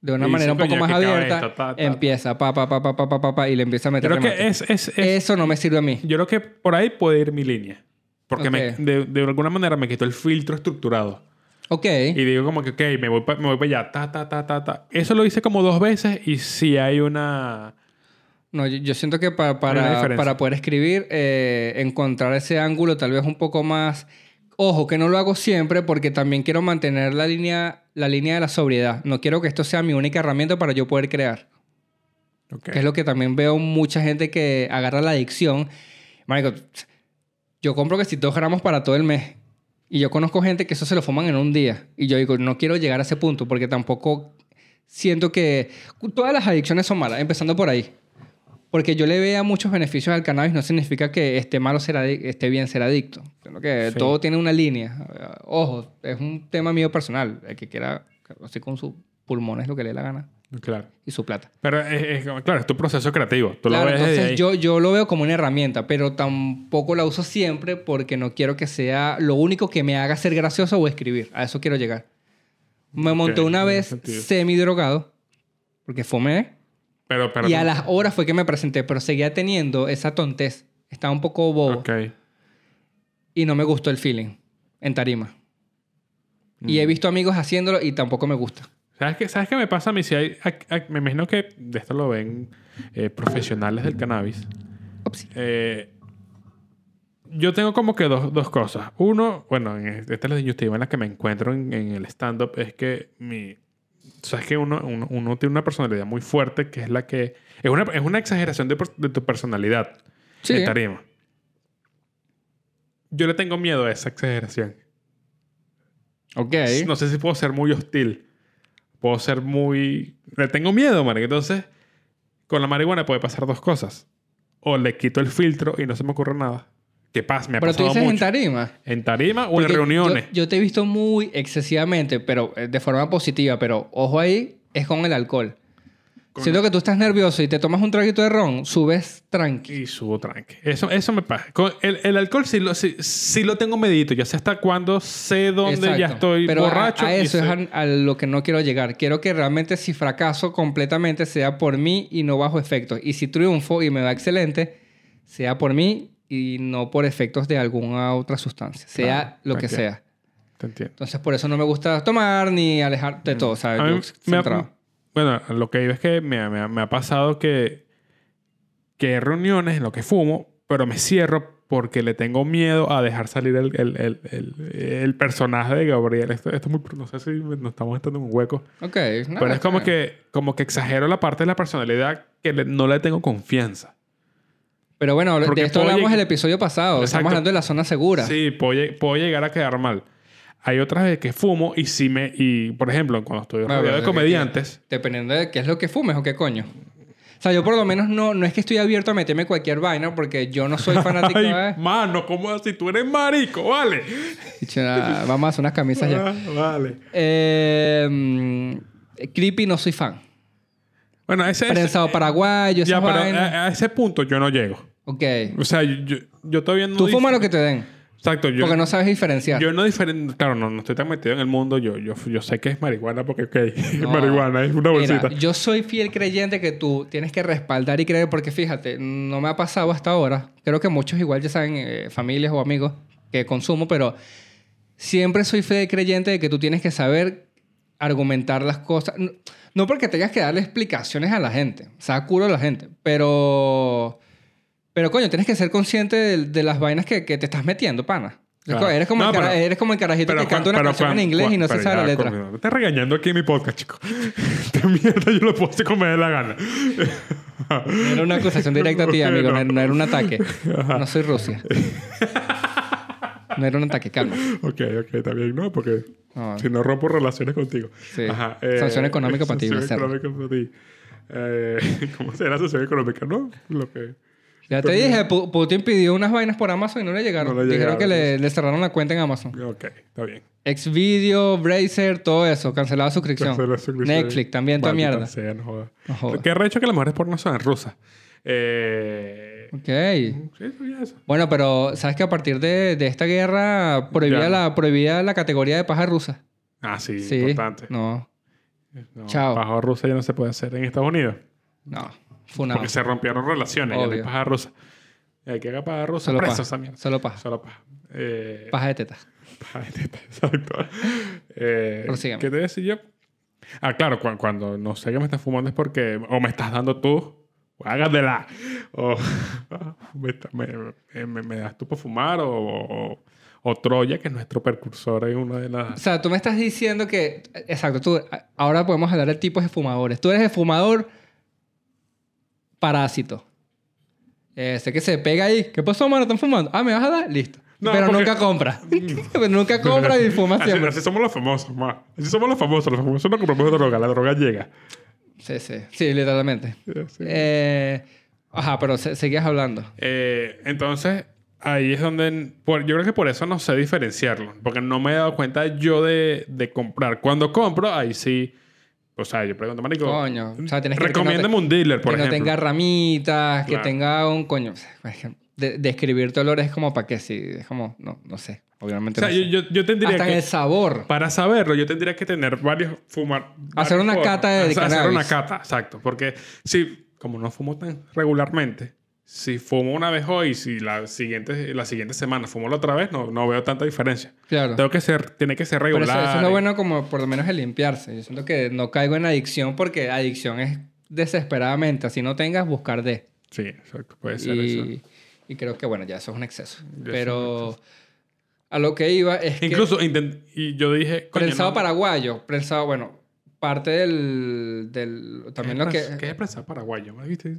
A: de una
B: Y
A: manera
B: dice,
A: un poco
B: "Coño,
A: más
B: aquí cabe
A: abierta
B: esto, ta, ta, ta".
A: empieza pa pa pa pa pa pa pa pa y le empieza a meter
B: Creo que
A: remate.
B: es, es, es-
A: eso no me sirve a mí
B: Yo creo que por ahí puede ir mi línea. Porque me-
A: Ok.
B: de, de alguna manera me quitó el filtro estructurado.
A: ok
B: Y digo como que, ok, me voy para allá. Ta, ta, ta, ta, ta. Eso lo hice como dos veces y sí hay una...
A: no yo, yo siento que pa-
B: Hay una
A: para
B: diferencia.
A: para poder escribir eh, encontrar ese ángulo tal vez un poco más ojo que no lo hago siempre porque también quiero mantener la línea la línea de la sobriedad no quiero que esto sea mi única herramienta para yo poder crear
B: Ok.
A: que es lo que también veo mucha gente que agarra la adicción. Marico, yo compro que si dos gramos para todo el mes. Y yo conozco gente que eso se lo fuman en un día. Y yo digo, no quiero llegar a ese punto porque tampoco siento que... Todas las adicciones son malas, empezando por ahí. Porque yo le vea muchos beneficios al cannabis no significa que esté malo ser adic- esté bien ser adicto. Sino que
B: Sí.
A: todo tiene una línea. Ojo, es un tema mío personal. El que quiera, así con sus pulmones, lo que le dé la gana.
B: Claro.
A: Y su plata.
B: Pero es, es como- claro, es tu proceso creativo. Tú
A: Claro,
B: lo ves desde
A: entonces
B: ahí.
A: yo, yo lo veo como una herramienta, pero tampoco la uso siempre porque no quiero que sea lo único que me haga ser gracioso o escribir. A eso quiero llegar. Me monté una
B: tiene
A: vez
B: sentido.
A: semidrogado, porque fumé,
B: Pero, pero...
A: y a las horas fue que me presenté, pero seguía teniendo esa tontez. Estaba un poco bobo
B: Ok.
A: y no me gustó el feeling en tarima.
B: Mm.
A: Y he visto amigos haciéndolo y tampoco me gusta.
B: ¿Sabes qué, ¿Sabes qué me pasa a mí? Si hay, a- a- me imagino que de esto lo ven eh, profesionales del cannabis.
A: Opsi.
B: Eh, yo tengo como que dos, dos cosas. Uno, bueno, en es- esta es la disyuntiva en la que me encuentro en, en el stand-up, es que mi... Sabes que uno, uno, uno tiene una personalidad muy fuerte que es la que... Es una, es una exageración de, per- de tu personalidad
A: Sí.
B: en tarima. Yo le tengo miedo a esa exageración.
A: Ok.
B: No sé si puedo ser muy hostil. Puedo ser muy... Le tengo miedo, marico. Entonces, con la marihuana puede pasar dos cosas. O le quito el filtro y no se me ocurre nada. Que pasa, me ha
A: Pero tú
B: pasado
A: dices
B: mucho.
A: en tarima.
B: En tarima o en
A: Porque
B: reuniones.
A: Yo, yo te he visto muy excesivamente, pero eh, de forma positiva, pero ojo ahí, es con el alcohol.
B: Con-
A: Siento que tú estás nervioso y te tomas un traguito de ron, subes tranqui.
B: Y subo tranqui. Eso, eso me pasa. Con el, el alcohol sí lo, sí, sí lo tengo medido. Ya sé hasta cuándo, sé dónde ya
A: Exacto.
B: estoy
A: pero a-
B: borracho.
A: A,
B: y
A: eso es
B: sé-
A: a, a lo que no quiero llegar. Quiero que realmente si fracaso completamente sea por mí y no bajo efectos. Y si triunfo y me va excelente, sea por mí y no por efectos de alguna otra sustancia. Sea
B: Claro,
A: lo que
B: entiendo.
A: sea.
B: Te entiendo.
A: Entonces por eso no me gusta tomar ni alejar de todo, ¿sabes?
B: Mm. A mí
A: Yo
B: me ha-
A: centrado.
B: bueno, lo que digo es que me, ha- me ha- me ha pasado que, que hay reuniones en lo que fumo, pero me cierro porque le tengo miedo a dejar salir el, el- el- el- el personaje de Gabriel. Esto, esto es muy... No sé si nos estamos estando en un hueco.
A: Ok. nada,
B: pero es como
A: está bien.
B: que, como que exagero la parte de la personalidad que le- no le tengo confianza.
A: Pero bueno,
B: Porque
A: de esto
B: puedo
A: hablamos
B: lleg-
A: el episodio pasado.
B: Exacto.
A: Estamos hablando de la zona segura.
B: Sí, puedo, lle- puedo llegar a quedar mal. Hay otras veces que fumo y si me... Y, por ejemplo, cuando estoy
A: Bueno,
B: rodeado
A: pero
B: de
A: es que-
B: comediantes...
A: Dependiendo de qué es lo que fumes o qué coño. O sea, yo por lo menos no, no es que estoy abierto a meterme cualquier vaina porque yo no soy
B: *laughs*
A: fanático
B: Ay,
A: de...
B: mano, ¿cómo así? Tú eres marico, vale.
A: Dicho, nada, Vamos a hacer unas camisas ya.
B: *laughs* Ah, vale.
A: Eh, mm, creepy no soy fan.
B: Bueno, ese, ese-
A: Prensado paraguayo, esas
B: ya, pero
A: vainas.
B: a, a ese punto yo no llego.
A: ok.
B: O sea, yo, yo todavía no...
A: Tú
B: dif-
A: fumas lo que te den
B: Exacto, yo,
A: porque no sabes diferenciar.
B: yo no diferen- Claro, no, no estoy tan metido en el mundo. Yo, yo, yo sé que es marihuana porque, ok, *laughs* es
A: No.
B: marihuana, es una
A: Mira,
B: bolsita.
A: yo soy fiel creyente que tú tienes que respaldar y creer, porque fíjate, no me ha pasado hasta ahora. Creo que muchos igual ya saben, eh, familias o amigos que consumo, pero siempre soy fiel creyente de que tú tienes que saber argumentar las cosas. No- No porque tengas que darle explicaciones a la gente, o sea, curo a la gente, pero. Pero coño, tienes que ser consciente de, de las vainas que, que te estás metiendo, pana.
B: Claro.
A: Eres, como
B: No,
A: el cara-
B: pero-
A: eres como el carajito que
B: Juan-
A: canta una canción
B: Juan-
A: en inglés y
B: Juan-
A: no se
B: pero
A: sabe la
B: ya,
A: letra.
B: coño, me estás regañando aquí en mi podcast, chico. *laughs* Esta mierda yo lo puedo hacer como me dé la gana.
A: No era una acusación directa
B: *laughs*
A: a ti, amigo. No, no era un ataque. No soy Rusia. No era un ataque, calma.
B: ok, ok, también no, porque
A: No.
B: si no rompo relaciones contigo.
A: Ah. Sí. Sanción económica para ti,
B: Sanción
A: Becerra.
B: económica para ti. Eh, *laughs* ¿Cómo será sanción económica? No, lo que...
A: Ya te dije, Pu- Putin pidió unas vainas por Amazon y no le llegaron.
B: No le
A: Dijeron
B: llegaron,
A: que le, le cerraron la cuenta en Amazon.
B: Ok, está bien.
A: Exvideo, Bracer, todo eso. Cancelada suscripción.
B: Cancelar la suscripción.
A: Netflix, también toda
B: Maldita
A: mierda.
B: sea, no jodas.
A: No jodas.
B: Qué recho que las mujeres porno son rusas. Eh,
A: Ok.
B: sí, sí, eso.
A: Bueno, pero ¿sabes que a partir de, de esta guerra
B: Ya.
A: prohibía la, prohibía la categoría de paja rusa?
B: Ah, sí,
A: Sí.
B: importante.
A: No,
B: No,
A: Chao.
B: Paja rusa ya no se puede hacer en Estados Unidos.
A: no. Funado.
B: Porque se rompieron relaciones. Ya no hay
A: Obvio.
B: paja rusa. Y hay que haga paja rusa.
A: Solo
B: preso
A: paja.
B: esa mierda.
A: Solo paja.
B: Solo paja. Eh,
A: Paja de teta.
B: paja de teta, Exacto. Eh,
A: Prosígueme.
B: ¿Qué te decía yo? Ah, claro, cu- cuando no sé que me estás fumando es porque o me estás dando tú, o hágatela. O *laughs* me, está- me- me- me das tú para fumar, o, o, o Troya, que es nuestro precursor en una de
A: O
B: las.
A: sea, tú me estás diciendo que... Exacto, tú... Ahora podemos hablar de tipos de fumadores. Tú eres el fumador parásito. Ese que se pega ahí. ¿Qué pasó, mano? ¿Están fumando? Ah, ¿me vas a dar? Listo.
B: No,
A: Pero
B: porque-
A: nunca
B: *laughs*
A: compra. Pero nunca compra y fuma
B: Así,
A: siempre.
B: así somos los famosos, ma. Así somos los famosos. Los famosos no compramos droga, la droga llega.
A: Sí, sí. Sí, literalmente. Eh, ajá, pero se- seguías hablando.
B: Eh, entonces, ahí es donde. por- yo creo que por eso no sé diferenciarlo. Porque no me he dado cuenta yo de, de comprar. Cuando compro, ahí sí. O sea, yo pregunto, marico.
A: Coño, o sea, tienes que- que no te-
B: recomiéndame un dealer, por
A: que
B: ejemplo.
A: no tenga ramitas,
B: Claro.
A: que tenga un coño. por ejemplo, de- describir tu olor es como para qué, sí. Es como, no, no sé.
B: O
A: Obviamente.
B: sea,
A: no
B: yo,
A: sé.
B: yo, yo tendría
A: Hasta en
B: que.
A: el sabor.
B: Para saberlo, yo tendría que tener varios fumar.
A: Hacer
B: varios
A: una
B: porros.
A: cata de
B: O sea, Hacer
A: cannabis.
B: una cata, exacto. Porque si, como no fumo tan regularmente, si fumo una vez hoy, si la siguiente, la siguiente semana fumo la otra vez, no, no veo tanta diferencia.
A: Claro.
B: Tengo que ser, tiene que ser
A: Pero
B: regular.
A: eso, eso es lo
B: y-
A: bueno como por lo menos el limpiarse. Yo siento que no caigo en adicción porque adicción es desesperadamente. Así no tengas, buscar de.
B: Sí, exacto, puede ser eso.
A: Y, y creo que bueno, ya eso es un exceso. Pero a lo que iba es que...
B: Incluso intent- y yo dije, coño,
A: Prensado
B: no-
A: paraguayo, prensado, bueno, parte del, del
B: ¿qué es
A: también lo que
B: pres- ¿Qué es prensado paraguayo? ¿Me viste?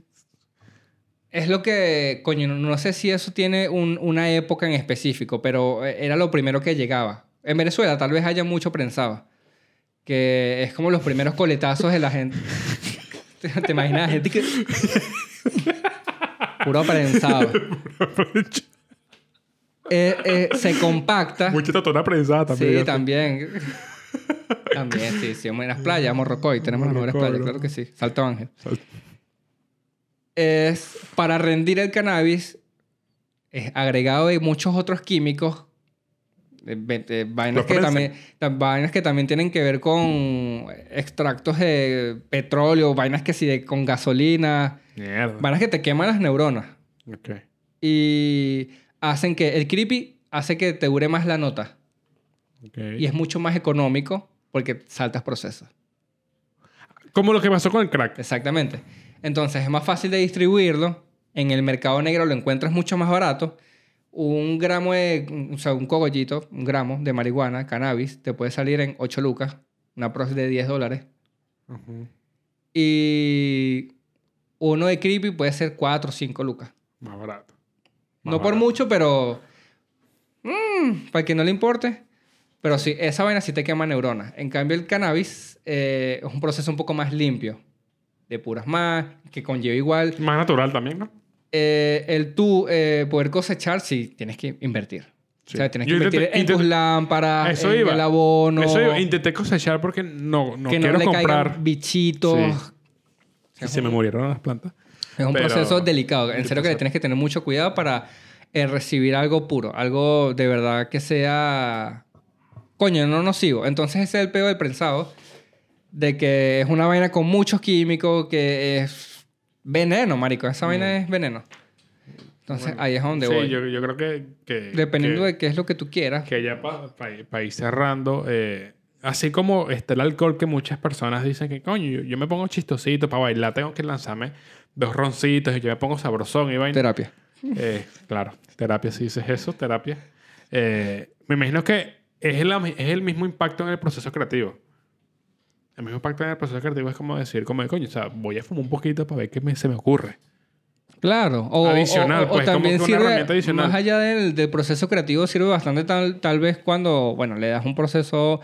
A: es lo que coño, no, no sé si eso tiene un- una época en específico, pero eh, era lo primero que llegaba. En Venezuela tal vez haya mucho prensado, que es como los primeros coletazos de la gente. *laughs* ¿Te, te imaginas gente que *laughs* puro prensado? Eh, eh, se compacta.
B: Mucha tatona prensada también.
A: Sí,
B: *laughs*
A: también. también, sí, sí. En las playas, Morrocoy, tenemos las mejores
B: Morrocoy,
A: playas, claro
B: ¿no?
A: que sí. Salto Ángel.
B: Salto.
A: Es para rendir el cannabis, es agregado de muchos otros químicos. eh, ve- eh, vainas,
B: Los
A: que
B: prensan.
A: también, tam- vainas que también tienen que ver con extractos de petróleo, vainas que sí, de- con gasolina,
B: Mierda.
A: vainas que te queman las neuronas
B: Ok.
A: y hacen que el creepy hace que te dure más la nota.
B: ok.
A: Y es mucho más económico porque saltas procesos.
B: Como lo que pasó con el crack.
A: Exactamente. Entonces es más fácil de distribuirlo. En el mercado negro lo encuentras mucho más barato. Un gramo de, o sea, un cogollito, un gramo de marihuana, cannabis, te puede salir en 8 lucas, una prox de 10 dólares.
B: Ujú.
A: Y uno de creepy puede ser 4 o 5 lucas.
B: Más barato. Más
A: No por
B: barato.
A: mucho, pero. mm, para que no le importe. Pero sí, esa vaina sí te quema neuronas. En cambio, el cannabis eh, es un proceso un poco más limpio. De puras más, que conlleva igual.
B: Más natural también, ¿no?
A: Eh, el tú eh, poder cosechar, sí, tienes que invertir.
B: Sí.
A: O sea, tienes que
B: Yo intenté-
A: invertir en tus
B: intenté-
A: lámparas,
B: Eso
A: en
B: iba.
A: Ah, el abono,
B: Eso yo intenté cosechar porque no, no
A: que no
B: quiero
A: le
B: comprar.
A: caigan bichitos.
B: Sí. Y se me murieron las plantas.
A: Es un
B: Pero-
A: proceso delicado. En serio que le tienes que tener mucho cuidado para eh, recibir algo puro, algo de verdad que sea, coño, no nocivo. Entonces ese es el peo del prensado, de que es una vaina con muchos químicos, que es veneno, marico. Esa vaina es veneno. Entonces ahí es a donde
B: Mm. Sí,
A: voy.
B: yo, yo creo que. que
A: Dependiendo
B: que-
A: de qué es lo que tú quieras.
B: que ya para ir cerrando, eh, así como está el alcohol que muchas personas dicen que, coño, yo, yo me pongo chistosito para bailar, tengo que lanzarme dos roncitos y yo me pongo sabrosón y vaina.
A: Terapia.
B: Eh, claro, terapia, si dices eso, terapia. Eh, me imagino que es el, es el mismo impacto en el proceso creativo. El mismo impacto en el proceso creativo es como decir, como de coño, o sea, voy a fumar un poquito para ver qué me, se me ocurre.
A: Claro. O,
B: Adicional,
A: o- o- o
B: pues, como
A: también
B: que una
A: sirve,
B: herramienta adicional.
A: Más allá del, del proceso creativo, sirve bastante tal, tal vez cuando, bueno, le das un proceso,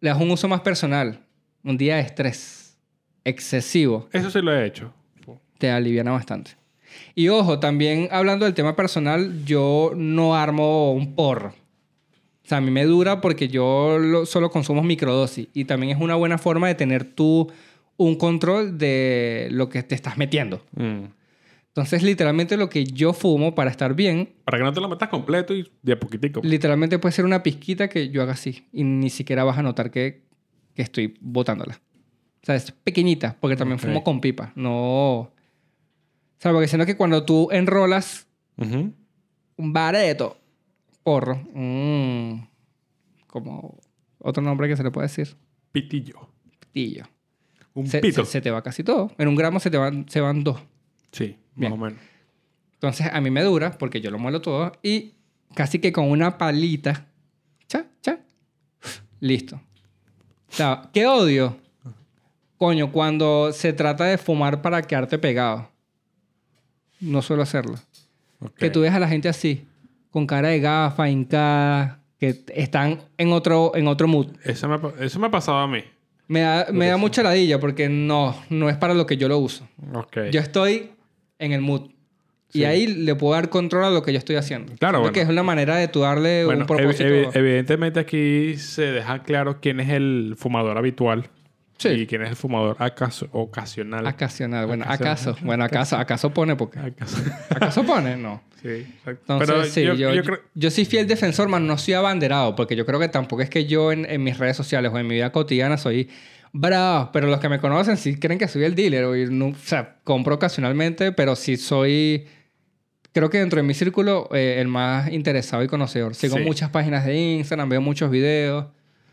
A: le das un uso más personal. Un día de estrés excesivo
B: Eso sí lo he hecho.
A: te aliviana bastante. Y ojo, también hablando del tema personal, yo no armo un porro. O sea, a mí me dura porque yo lo- solo consumo microdosis. Y también es una buena forma de tener tú un control de lo que te estás metiendo.
B: Mm.
A: Entonces, literalmente lo que yo fumo para estar bien,
B: Para que no te lo metas completo y de a poquitico.
A: literalmente puede ser una pizquita que yo haga así. Y ni siquiera vas a notar que, que estoy botándola. O sea, es pequeñita, porque también
B: Ok.
A: fumo con pipa. No... O sea, porque sino que cuando tú enrolas
B: Ujú.
A: un bareto. Porro. Mm. Como otro nombre que se le puede decir.
B: Pitillo.
A: Pitillo.
B: Un
A: Se,
B: pito.
A: se- se te va casi todo. En un gramo se te van, se van dos.
B: Sí,
A: Bien.
B: más o menos.
A: Entonces a mí me dura porque yo lo muelo todo y casi que con una palita. Cha, cha. Listo. O sea, ¿qué odio? Coño, cuando se trata de fumar para quedarte pegado. No suelo hacerlo.
B: Ok.
A: Que tú ves a la gente así, con cara de gafa, hincada, que t- están en otro, en otro mood.
B: Eso me, ha pa- eso me ha pasado a mí.
A: Me da, me da mucha ladilla porque no, no es para lo que yo lo uso.
B: Ok.
A: Yo estoy en el mood. Y
B: Sí.
A: ahí le puedo dar control a lo que yo estoy haciendo.
B: Claro,
A: Creo
B: bueno.
A: que es una manera de tú darle
B: Bueno,
A: un
B: evi-
A: propósito.
B: evi- evidentemente aquí se deja claro quién es el fumador habitual
A: Sí.
B: y quién es el fumador acaso, ocasional.
A: Ocasional. Bueno,
B: Acaso.
A: acaso. Bueno, acaso. ¿Acaso pone? Porque.
B: Acaso.
A: ¿Acaso pone? No.
B: *laughs* sí, exacto.
A: Entonces,
B: Pero
A: sí,
B: yo,
A: yo,
B: yo creo-
A: yo soy fiel defensor, mas no soy abanderado, porque yo creo que tampoco es que yo en, en mis redes sociales o en mi vida cotidiana soy bravo, pero los que me conocen sí creen que soy el dealer, o, no- o sea, compro ocasionalmente, pero sí soy, creo que dentro de mi círculo, eh, el más interesado y conocedor. Sigo
B: Sí.
A: muchas páginas de Instagram, veo muchos videos.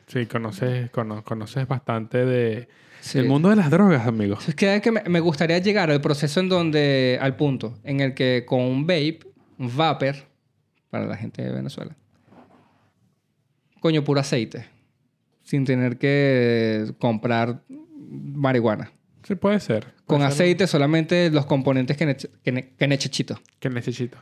B: sí, conoces, cono- conoces bastante de
A: Sí.
B: el mundo de las drogas, amigos.
A: Es que, es que me, me gustaría llegar al proceso en donde, al punto, en el que con un vape, un vapor, para la gente de Venezuela, coño, puro aceite, sin tener que comprar marihuana.
B: Sí, puede ser. Puede
A: Con
B: ser
A: aceite solamente los componentes que, nece- que, ne- que necesito.
B: Que necesito.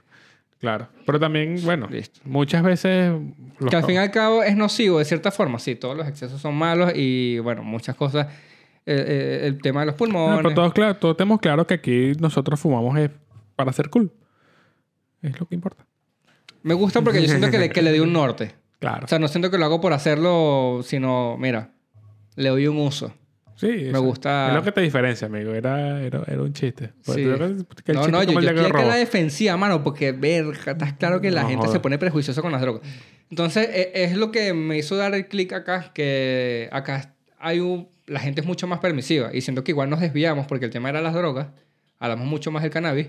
B: Claro. Pero también, bueno,
A: Listo.
B: muchas veces... los
A: Que al
B: co-
A: fin y al cabo es nocivo, de cierta forma. Sí, todos los excesos son malos y, bueno, muchas cosas. Eh, eh, el tema de los
B: No,
A: pulmones.
B: pero todos, claro, todos tenemos claro que aquí nosotros fumamos es para ser cool. Es lo que importa.
A: Me gusta porque yo siento que le, que le di un norte.
B: Claro.
A: O sea, no siento que lo hago por hacerlo, sino, mira, le doy un uso.
B: Sí, eso.
A: gusta-
B: Es lo que te diferencia, amigo. Era, era, era un chiste. Porque
A: Sí.
B: tú eres- que el
A: No,
B: chiste
A: no, yo,
B: es como
A: yo
B: el de
A: estoy acá
B: Garrobo.
A: en la defensiva, mano, porque, verga, estás claro que la
B: No
A: gente se
B: jodas.
A: pone prejuiciosa con las drogas. Entonces, e- es lo que me hizo dar el clic acá, que acá hay un... La gente es mucho más permisiva y siento que igual nos desviamos porque el tema era las drogas, hablamos mucho más del cannabis,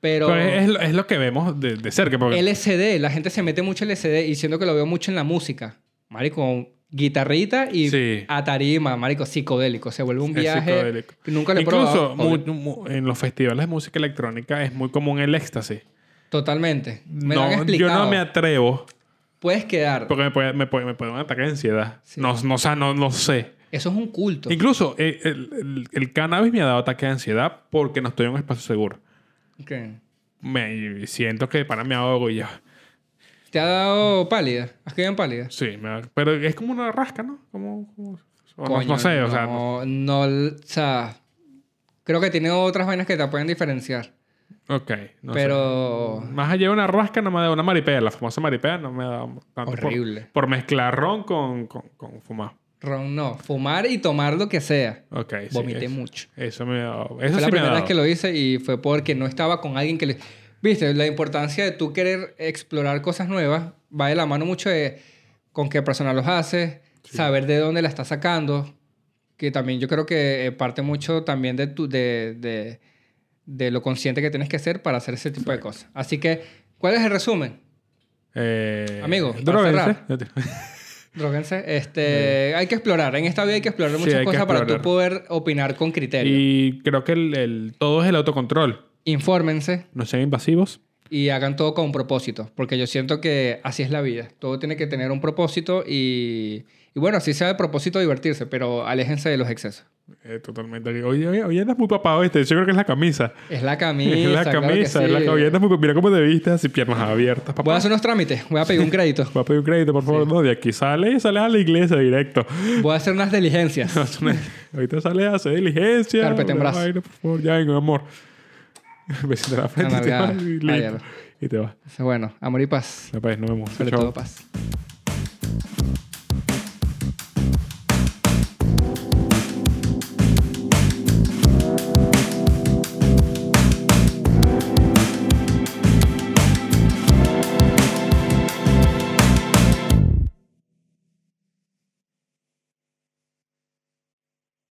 A: pero...
B: Pero es, es lo, es lo que vemos de, de cerca. Porque
A: LCD, la gente se mete mucho LCD y siento que lo veo mucho en la música. Marico, guitarrita y
B: Sí.
A: a tarima, marico, psicodélico. Se vuelve un
B: Es
A: viaje.
B: psicodélico.
A: que Nunca le he
B: Incluso
A: probado.
B: mu- mu- en los festivales de música electrónica es muy común el éxtasis.
A: Totalmente. Me lo han
B: No, yo
A: explicado.
B: no me atrevo
A: Puedes quedar.
B: porque me puede, me puede, me puede dar un ataque de ansiedad.
A: Sí.
B: No, no, o sea, no, no sé.
A: Eso es un culto.
B: Incluso eh, el, el- el cannabis me ha dado ataque de ansiedad porque no estoy en un espacio seguro.
A: Ok.
B: Me y siento que para me ahogo y yo.
A: ¿Te ha dado pálida? ¿Has quedado en pálida?
B: Sí, me da- pero es como una rasca, ¿no? Como, como- o no-
A: Coño,
B: no, sé, o sea, no-
A: No, no, o sea. Creo que tiene otras vainas que te pueden diferenciar.
B: ok, no sé.
A: pero.
B: Más allá de una rasca no me da una maripea, la famosa maripea no me da tanto por-
A: Horrible.
B: Por, mezclar ron con, con, con fumar.
A: Ron, no. Fumar y tomar lo que sea.
B: Ok, sí,
A: Vomité
B: es-
A: mucho.
B: Eso me da, eso
A: Fue
B: sí
A: la
B: me ha
A: primera vez
B: dado.
A: que lo hice y fue porque no estaba con alguien que le... Viste, la importancia de tú querer explorar cosas nuevas va de la mano mucho de con qué persona los haces, saber de dónde la estás sacando, que también yo creo que eh, parte mucho también de, tu, de, de, de lo consciente que tienes que ser para hacer ese tipo de cosas. Así que, ¿cuál es el resumen?
B: Eh,
A: Amigo, para
B: droguense.
A: cerrar. Droguense, este, hay que explorar. En esta vida hay que explorar
B: Sí,
A: muchas
B: hay que
A: cosas para
B: explorar.
A: tú poder opinar
B: *laughs*
A: con criterio.
B: y creo que el, el- todo es el autocontrol.
A: Infórmense.
B: No sean invasivos.
A: y hagan todo con un propósito, porque yo siento que así es la vida. Todo tiene que tener un propósito y, y bueno, así sea el propósito divertirse, pero aléjense de los excesos.
B: Eh, totalmente. Oye, oye, oye, andas muy papado este. Yo creo que es la camisa.
A: Es la camisa.
B: *laughs* es la
A: claro que
B: camisa. es la
A: sí.
B: ca- oye, andas muy- Mira cómo te viste, así piernas abiertas.
A: Voy a
B: Papá,
A: hacer unos trámites, voy a pedir un crédito, *laughs*
B: voy a pedir un crédito, por favor. No, de aquí sale y sales a la iglesia directo. *laughs*
A: voy a hacer unas diligencias.
B: Ahorita sales a hacer diligencia.
A: Carpeta en
B: una
A: brazo.
B: vaina, por favor, ya vengo, mi amor. *laughs* Besito en la frente y te
A: Amargada.
B: vas. *laughs* Y,
A: Ay,
B: listo.
A: ya.
B: y te vas.
A: Bueno, amor y paz.
B: No, pues, nos vemos.
A: Sobre
B: Chao.
A: todo paz.